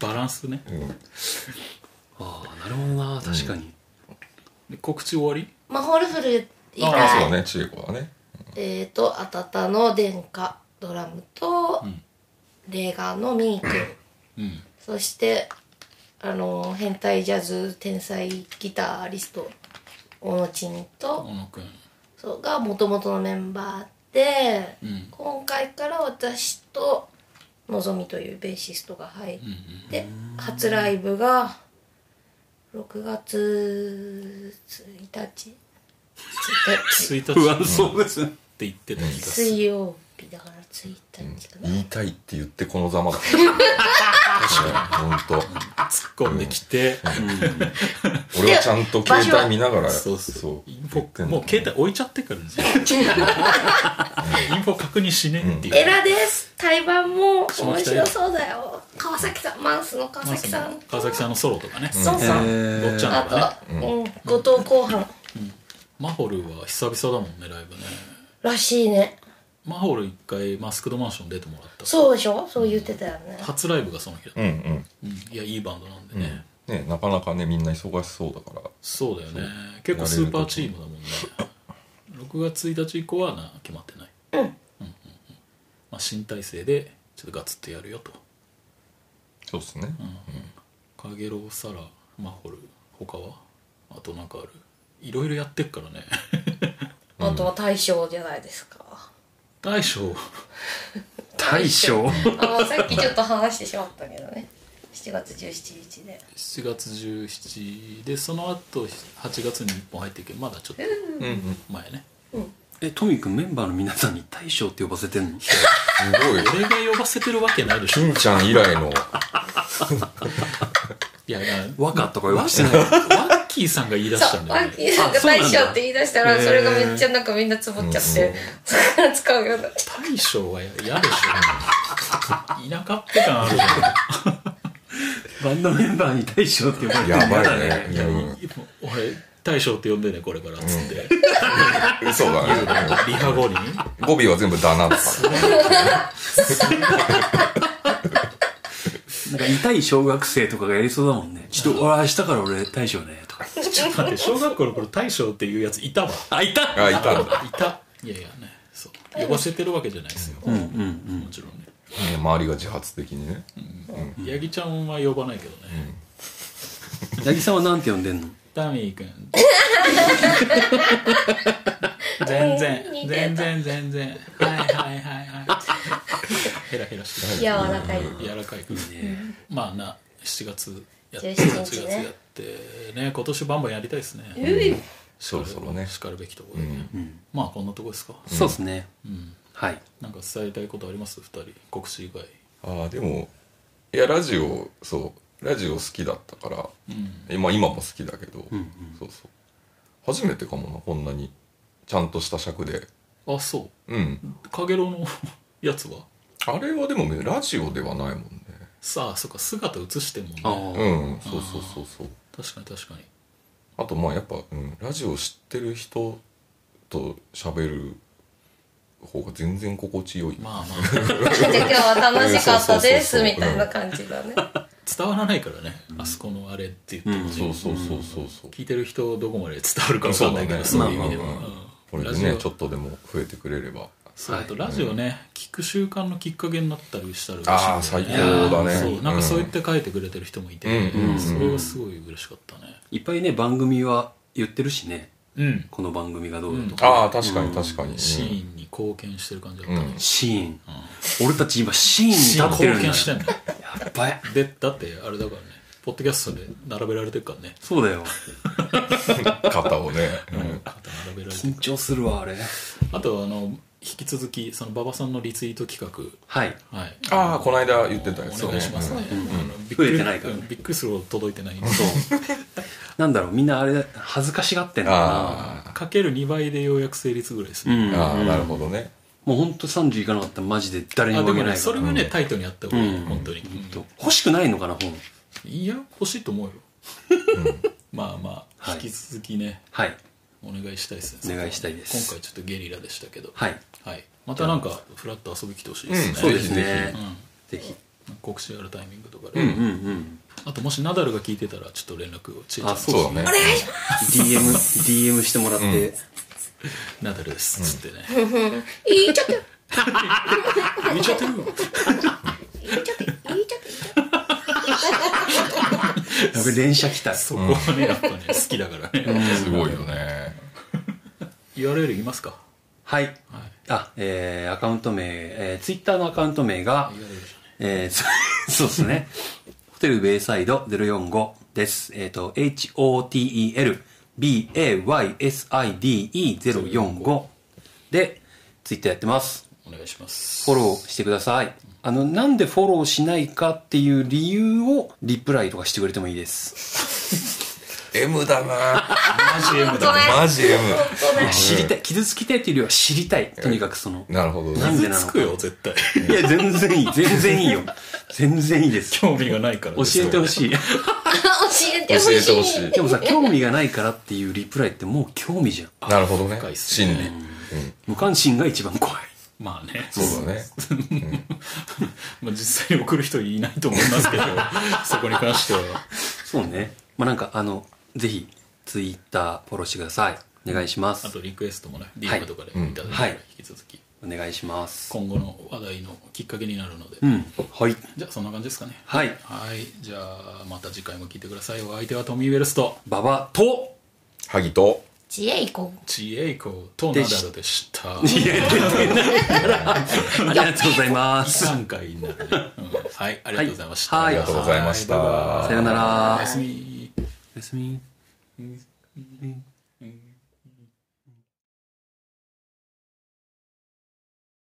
Speaker 1: バランスね
Speaker 3: うんうん
Speaker 2: ああなるほどな確かに、
Speaker 1: で告知終わり
Speaker 4: まあホルフル以
Speaker 3: ああそう
Speaker 4: 外、
Speaker 3: だね千恵子はね
Speaker 4: えっ、とあたたの殿下ドラムと、
Speaker 1: うん
Speaker 4: レーガーのミー君
Speaker 1: うん
Speaker 4: そしてあの変態ジャズ天才ギタリスト小野ちんと、
Speaker 1: 小野君
Speaker 4: そうが元々のメンバーで、
Speaker 1: うん
Speaker 4: 今回から私とのぞみというベーシストが入っ
Speaker 1: うん
Speaker 4: て、初ライブが6月1日
Speaker 1: <laughs>
Speaker 4: 1日
Speaker 1: 1日
Speaker 2: 不
Speaker 1: っ
Speaker 2: 安そうですね、
Speaker 1: て言ってた気がする
Speaker 4: 水曜日だから1日かな、
Speaker 3: 言いたいって言ってこのざまだね本
Speaker 1: 突っ込んできて、
Speaker 3: 当俺はちゃんと携帯見ながら
Speaker 1: そうそうインフ
Speaker 3: 言ってん
Speaker 1: ォ
Speaker 3: だ
Speaker 1: もう携帯置いちゃってからねインフォ確認しねえっていう、
Speaker 4: エラです対バンも面白そうだよ川崎さんマンスの川
Speaker 1: まあ
Speaker 4: 崎
Speaker 1: そ
Speaker 4: さ
Speaker 1: の
Speaker 4: ん
Speaker 1: 川崎さんのソロとかね、
Speaker 4: そう
Speaker 2: え
Speaker 4: そう、
Speaker 1: ごっちゃんとかね
Speaker 4: あと、うん、後藤後半
Speaker 1: マホルは久々だもんねライブね
Speaker 4: らしいね
Speaker 1: マホル一回マスクドマンション出てもらった
Speaker 4: そうでしょそう言ってたよね
Speaker 1: 初ライブがその日だった
Speaker 3: うんうん
Speaker 1: うんいやいいバンドなんで
Speaker 3: うん
Speaker 1: ね、
Speaker 3: ねなかなかねみんな忙しそうだから
Speaker 1: そうだよね結構スーパーチームだもんね6月1日以降はな決まってないうんうんうんまあ、新体制でちょっとガツッとやるよと
Speaker 3: そうっすね、
Speaker 1: カゲロウサラマホル他はあとなんかあるいろいろやってっからね
Speaker 4: あとは大将じゃないですか
Speaker 1: 大将
Speaker 2: 大将
Speaker 4: あのさっきちょっと話してしまったけどね7月17日で
Speaker 1: 7月17でその後8月に1本入ってるけどまだちょっと
Speaker 3: うんうん
Speaker 1: 前ね
Speaker 2: えトミー君メンバーの皆さんに大将って呼ばせてんの
Speaker 3: すごい
Speaker 1: 俺が呼ばせてるわけないでしょ
Speaker 3: 金ちゃん以来の
Speaker 1: いやいや
Speaker 2: 和歌とか呼ばせてない
Speaker 1: ワッキーさんが言い出した
Speaker 4: そ
Speaker 1: ん
Speaker 4: う
Speaker 1: だ
Speaker 4: ワ
Speaker 1: よ
Speaker 4: ン
Speaker 1: ね
Speaker 4: キーさんが
Speaker 2: あそうなんだ
Speaker 4: 大将って言い出したら
Speaker 2: へー
Speaker 4: それがめっちゃなんかみんなつぼっちゃってそれから使うようになった
Speaker 1: 大将は嫌でしょ田舎って感あるじ
Speaker 2: <laughs> バンドメンバーに大将って呼ばれてんの
Speaker 3: やばいね
Speaker 1: ゃん
Speaker 3: う
Speaker 1: いや俺大将って呼んでねこれからっつって、
Speaker 3: ん嘘だね
Speaker 1: リハ後 <laughs> に
Speaker 3: うん語尾は全部「だな」とか
Speaker 2: なんか痛い小学生とかがやりそうだもんね。ちょっと俺明日から俺大将ね、とか。
Speaker 1: ちょっと待って小学校の頃大将っていうやついたわ
Speaker 2: あ、いた
Speaker 3: あいたんだ
Speaker 1: いたいやいやねそう呼ばせてるわけじゃないですよ、
Speaker 2: うんうん
Speaker 1: もちろんね
Speaker 3: ね周りが自発的にね
Speaker 1: 八木ちゃんは呼ばないけどね、
Speaker 2: うん。八木さんはなんて呼んでんの
Speaker 1: ダミー
Speaker 4: <laughs>
Speaker 1: くん全然
Speaker 4: 似て
Speaker 1: 全
Speaker 4: た
Speaker 1: 然全然はいはいはいはいヘラヘラして
Speaker 4: 柔らかい
Speaker 1: 柔らかいくん
Speaker 2: ね
Speaker 1: まあな7月やって
Speaker 4: 17
Speaker 1: 8
Speaker 4: 日
Speaker 1: 月
Speaker 4: ね
Speaker 1: やってね今年バンバンやりたいですね、
Speaker 3: そろそろね
Speaker 1: しかるべきところで、まあこんなとこですか、
Speaker 2: そうですね。
Speaker 1: うん、
Speaker 2: はい。
Speaker 1: なんか伝えたいことあります2人告知以外
Speaker 3: ああでもいやラジオそうラジオ好きだったから、
Speaker 1: うん
Speaker 3: 今今も好きだけど、
Speaker 2: ん
Speaker 3: そうそう初めてかもなこんなにちゃんとした尺で
Speaker 1: あそ
Speaker 3: うん
Speaker 1: うかげろうの <laughs> やつは
Speaker 3: あれはでもねラジオではないもんね
Speaker 1: さあそっか姿映してんもん
Speaker 2: あ
Speaker 1: ね
Speaker 2: あ、
Speaker 3: うんそうそうそうそう
Speaker 1: 確かに確かに
Speaker 3: あとまあやっぱ、うん、ラジオ知ってる人と喋る方が全然心地よい、
Speaker 1: まあまあ <laughs>
Speaker 4: <laughs> じゃあ今日は楽しかったで
Speaker 3: う
Speaker 4: す
Speaker 3: ん
Speaker 4: みたいな感じだね。
Speaker 1: 伝わらないからねあそこのあれって言ってもね
Speaker 3: そうそうそうそうそう、
Speaker 1: 聞いてる人どこまで伝わるか分かんないけど
Speaker 3: そ
Speaker 1: そ
Speaker 3: うだ
Speaker 1: う
Speaker 3: ね
Speaker 1: いう意味では
Speaker 3: まあまあこ
Speaker 1: うん
Speaker 3: れ
Speaker 1: ラ
Speaker 3: で
Speaker 1: ジ
Speaker 3: ね
Speaker 1: オ
Speaker 3: ちょっとでも増えてくれれば
Speaker 1: そうあと
Speaker 2: はい
Speaker 1: ラジオね聞く習慣のきっかけになったりしたら
Speaker 3: ああ
Speaker 1: 嬉しい
Speaker 3: 最
Speaker 1: よ
Speaker 3: 高
Speaker 1: ね
Speaker 3: だね
Speaker 1: そうなんかそう
Speaker 3: い
Speaker 1: 言って書いてくれてる人もいて
Speaker 3: うんうんうん
Speaker 1: それはすごい嬉しかったね
Speaker 2: いっぱいね、番組は言ってるしね。
Speaker 1: うん
Speaker 2: この番組がどうだとか。
Speaker 3: ああ確かに確かに、うん
Speaker 1: シーンに貢献してる感じだったね
Speaker 2: シーン。俺たち今シーンに立
Speaker 1: シーン
Speaker 2: ってる
Speaker 1: 貢
Speaker 2: んだよ
Speaker 1: 献。してんの
Speaker 2: やっばい。
Speaker 1: でだってあれだからねポッドキャストで並べられてるからね
Speaker 2: そうだよ。
Speaker 3: 肩をね、うん
Speaker 1: 肩並べられてる
Speaker 2: 緊張するわ、あれ。
Speaker 1: あとあの引き続きその馬場さんのリツイート企画
Speaker 2: はい。
Speaker 1: はい、
Speaker 3: ああこの間言ってたやつ
Speaker 1: お願いしますね、あのびっく
Speaker 2: 増
Speaker 1: り
Speaker 2: えてないから
Speaker 1: うんびっくりするほど届いてない
Speaker 2: なんだろう、みんなあれ、恥ずかしがってんだな。
Speaker 3: あ
Speaker 1: <laughs> かける2倍でようやく成立ぐらいです
Speaker 2: う
Speaker 1: ね、
Speaker 3: ー
Speaker 2: ん。
Speaker 3: あーなるほどね
Speaker 2: もうほんと30いかなかったらマジで誰に
Speaker 1: あ
Speaker 2: も
Speaker 1: で
Speaker 2: あげ
Speaker 1: も
Speaker 2: ない
Speaker 1: ね
Speaker 2: か
Speaker 1: そ
Speaker 2: ら
Speaker 1: れ
Speaker 2: うん
Speaker 1: はねタイトにあった方がいい、
Speaker 2: うん
Speaker 1: 本当に、
Speaker 2: と欲しくないのかな、本。
Speaker 1: いや欲しいと思うよ、 <laughs> まあまあ、
Speaker 2: はい
Speaker 1: 引き続きね
Speaker 2: はい。
Speaker 1: お願いしたいですね
Speaker 2: お願いしたいです
Speaker 1: 今回ちょっとゲリラでしたけど
Speaker 2: はい。
Speaker 1: はいまたなんかフラッと遊び来てほしいですね、
Speaker 3: うん
Speaker 2: そうですね
Speaker 3: ぜ。
Speaker 2: ぜひ。
Speaker 1: 告知あるタイミングとかで、
Speaker 3: うん
Speaker 2: うんうん。
Speaker 1: あともしナダルが聞いてたらちょっと連絡をちえちゃん
Speaker 2: あ、
Speaker 1: に
Speaker 2: そうだね。DM、DM してもらって。
Speaker 1: ナダルですっつってね、
Speaker 4: 言いちゃって、
Speaker 1: 言っちゃってるわ
Speaker 4: 言いちゃって、言いちゃって。
Speaker 2: やべ、連射来た。
Speaker 1: そこはねやっぱね好きだからね、
Speaker 3: すごいよね
Speaker 1: URL 言いますか
Speaker 2: はい。
Speaker 1: はい
Speaker 2: あ、えー、アカウント名、えー、ツイッターのアカウント名が
Speaker 1: あ、URL じゃない
Speaker 2: えー、 <laughs> そそうですね。ホテルベイサイド045です。えっ、と、hotel bayside045 で、ツイッターやってます。
Speaker 1: お願いします
Speaker 2: フォローしてください。あの、なんでフォローしないかっていう理由をリプライとかしてくれてもいいです。
Speaker 3: M だ
Speaker 1: マ
Speaker 3: な
Speaker 1: ジ M だね
Speaker 3: マ <laughs> ジ M
Speaker 2: 知りたい。傷つきたいっていうよりは知りたい。とにかくその。
Speaker 3: なるほど
Speaker 2: なん
Speaker 1: 傷
Speaker 2: で
Speaker 3: ね
Speaker 2: なの
Speaker 1: つ
Speaker 2: か
Speaker 1: く。よ絶対
Speaker 2: いや、全然いい。 <laughs> 全然いいよ。全然いいです。教
Speaker 1: <laughs> 興味がないから
Speaker 2: えてほ
Speaker 1: い
Speaker 2: しい。
Speaker 4: 教えて
Speaker 3: 教
Speaker 4: ほしい。
Speaker 3: えてほしい
Speaker 2: でもさ、興味がないからっていうリプライってもう興味じゃん。
Speaker 3: なるほどね
Speaker 1: 深いっす
Speaker 3: 心
Speaker 1: ね
Speaker 3: 理、
Speaker 2: 無関心が一番怖い。
Speaker 1: まあね
Speaker 3: うん、そうだね
Speaker 1: <laughs> まあ実際に送る人いないと思いますけど <laughs> そこに関しては
Speaker 2: そうね。まあ、なんか、あの、ぜひ、ツイッターフォローしてください。お願いしま
Speaker 1: あ
Speaker 2: す
Speaker 1: と。リクエストもね
Speaker 2: はい
Speaker 1: DM とかでいただいたら
Speaker 2: うん
Speaker 1: 引き続き、
Speaker 2: お願いします。
Speaker 1: 今後の話題のきっかけになるので、
Speaker 2: うん。はい。
Speaker 1: じゃあそんな感じですかね
Speaker 2: はい。
Speaker 1: はいじゃあまた次回も聞いてくださいお相手はトミー・ウェルスと
Speaker 2: ババと、
Speaker 3: 萩と
Speaker 4: 知恵行こう。
Speaker 1: 知恵子とナダルでした
Speaker 2: ありがとうございます。
Speaker 1: 3回になるね、うんはいありがとうございました、
Speaker 2: はい
Speaker 3: ありがとうございました、
Speaker 1: はいバイバイ
Speaker 2: さよな
Speaker 1: お
Speaker 2: ら
Speaker 1: や。すみ
Speaker 2: おやすみ。
Speaker 1: Mm.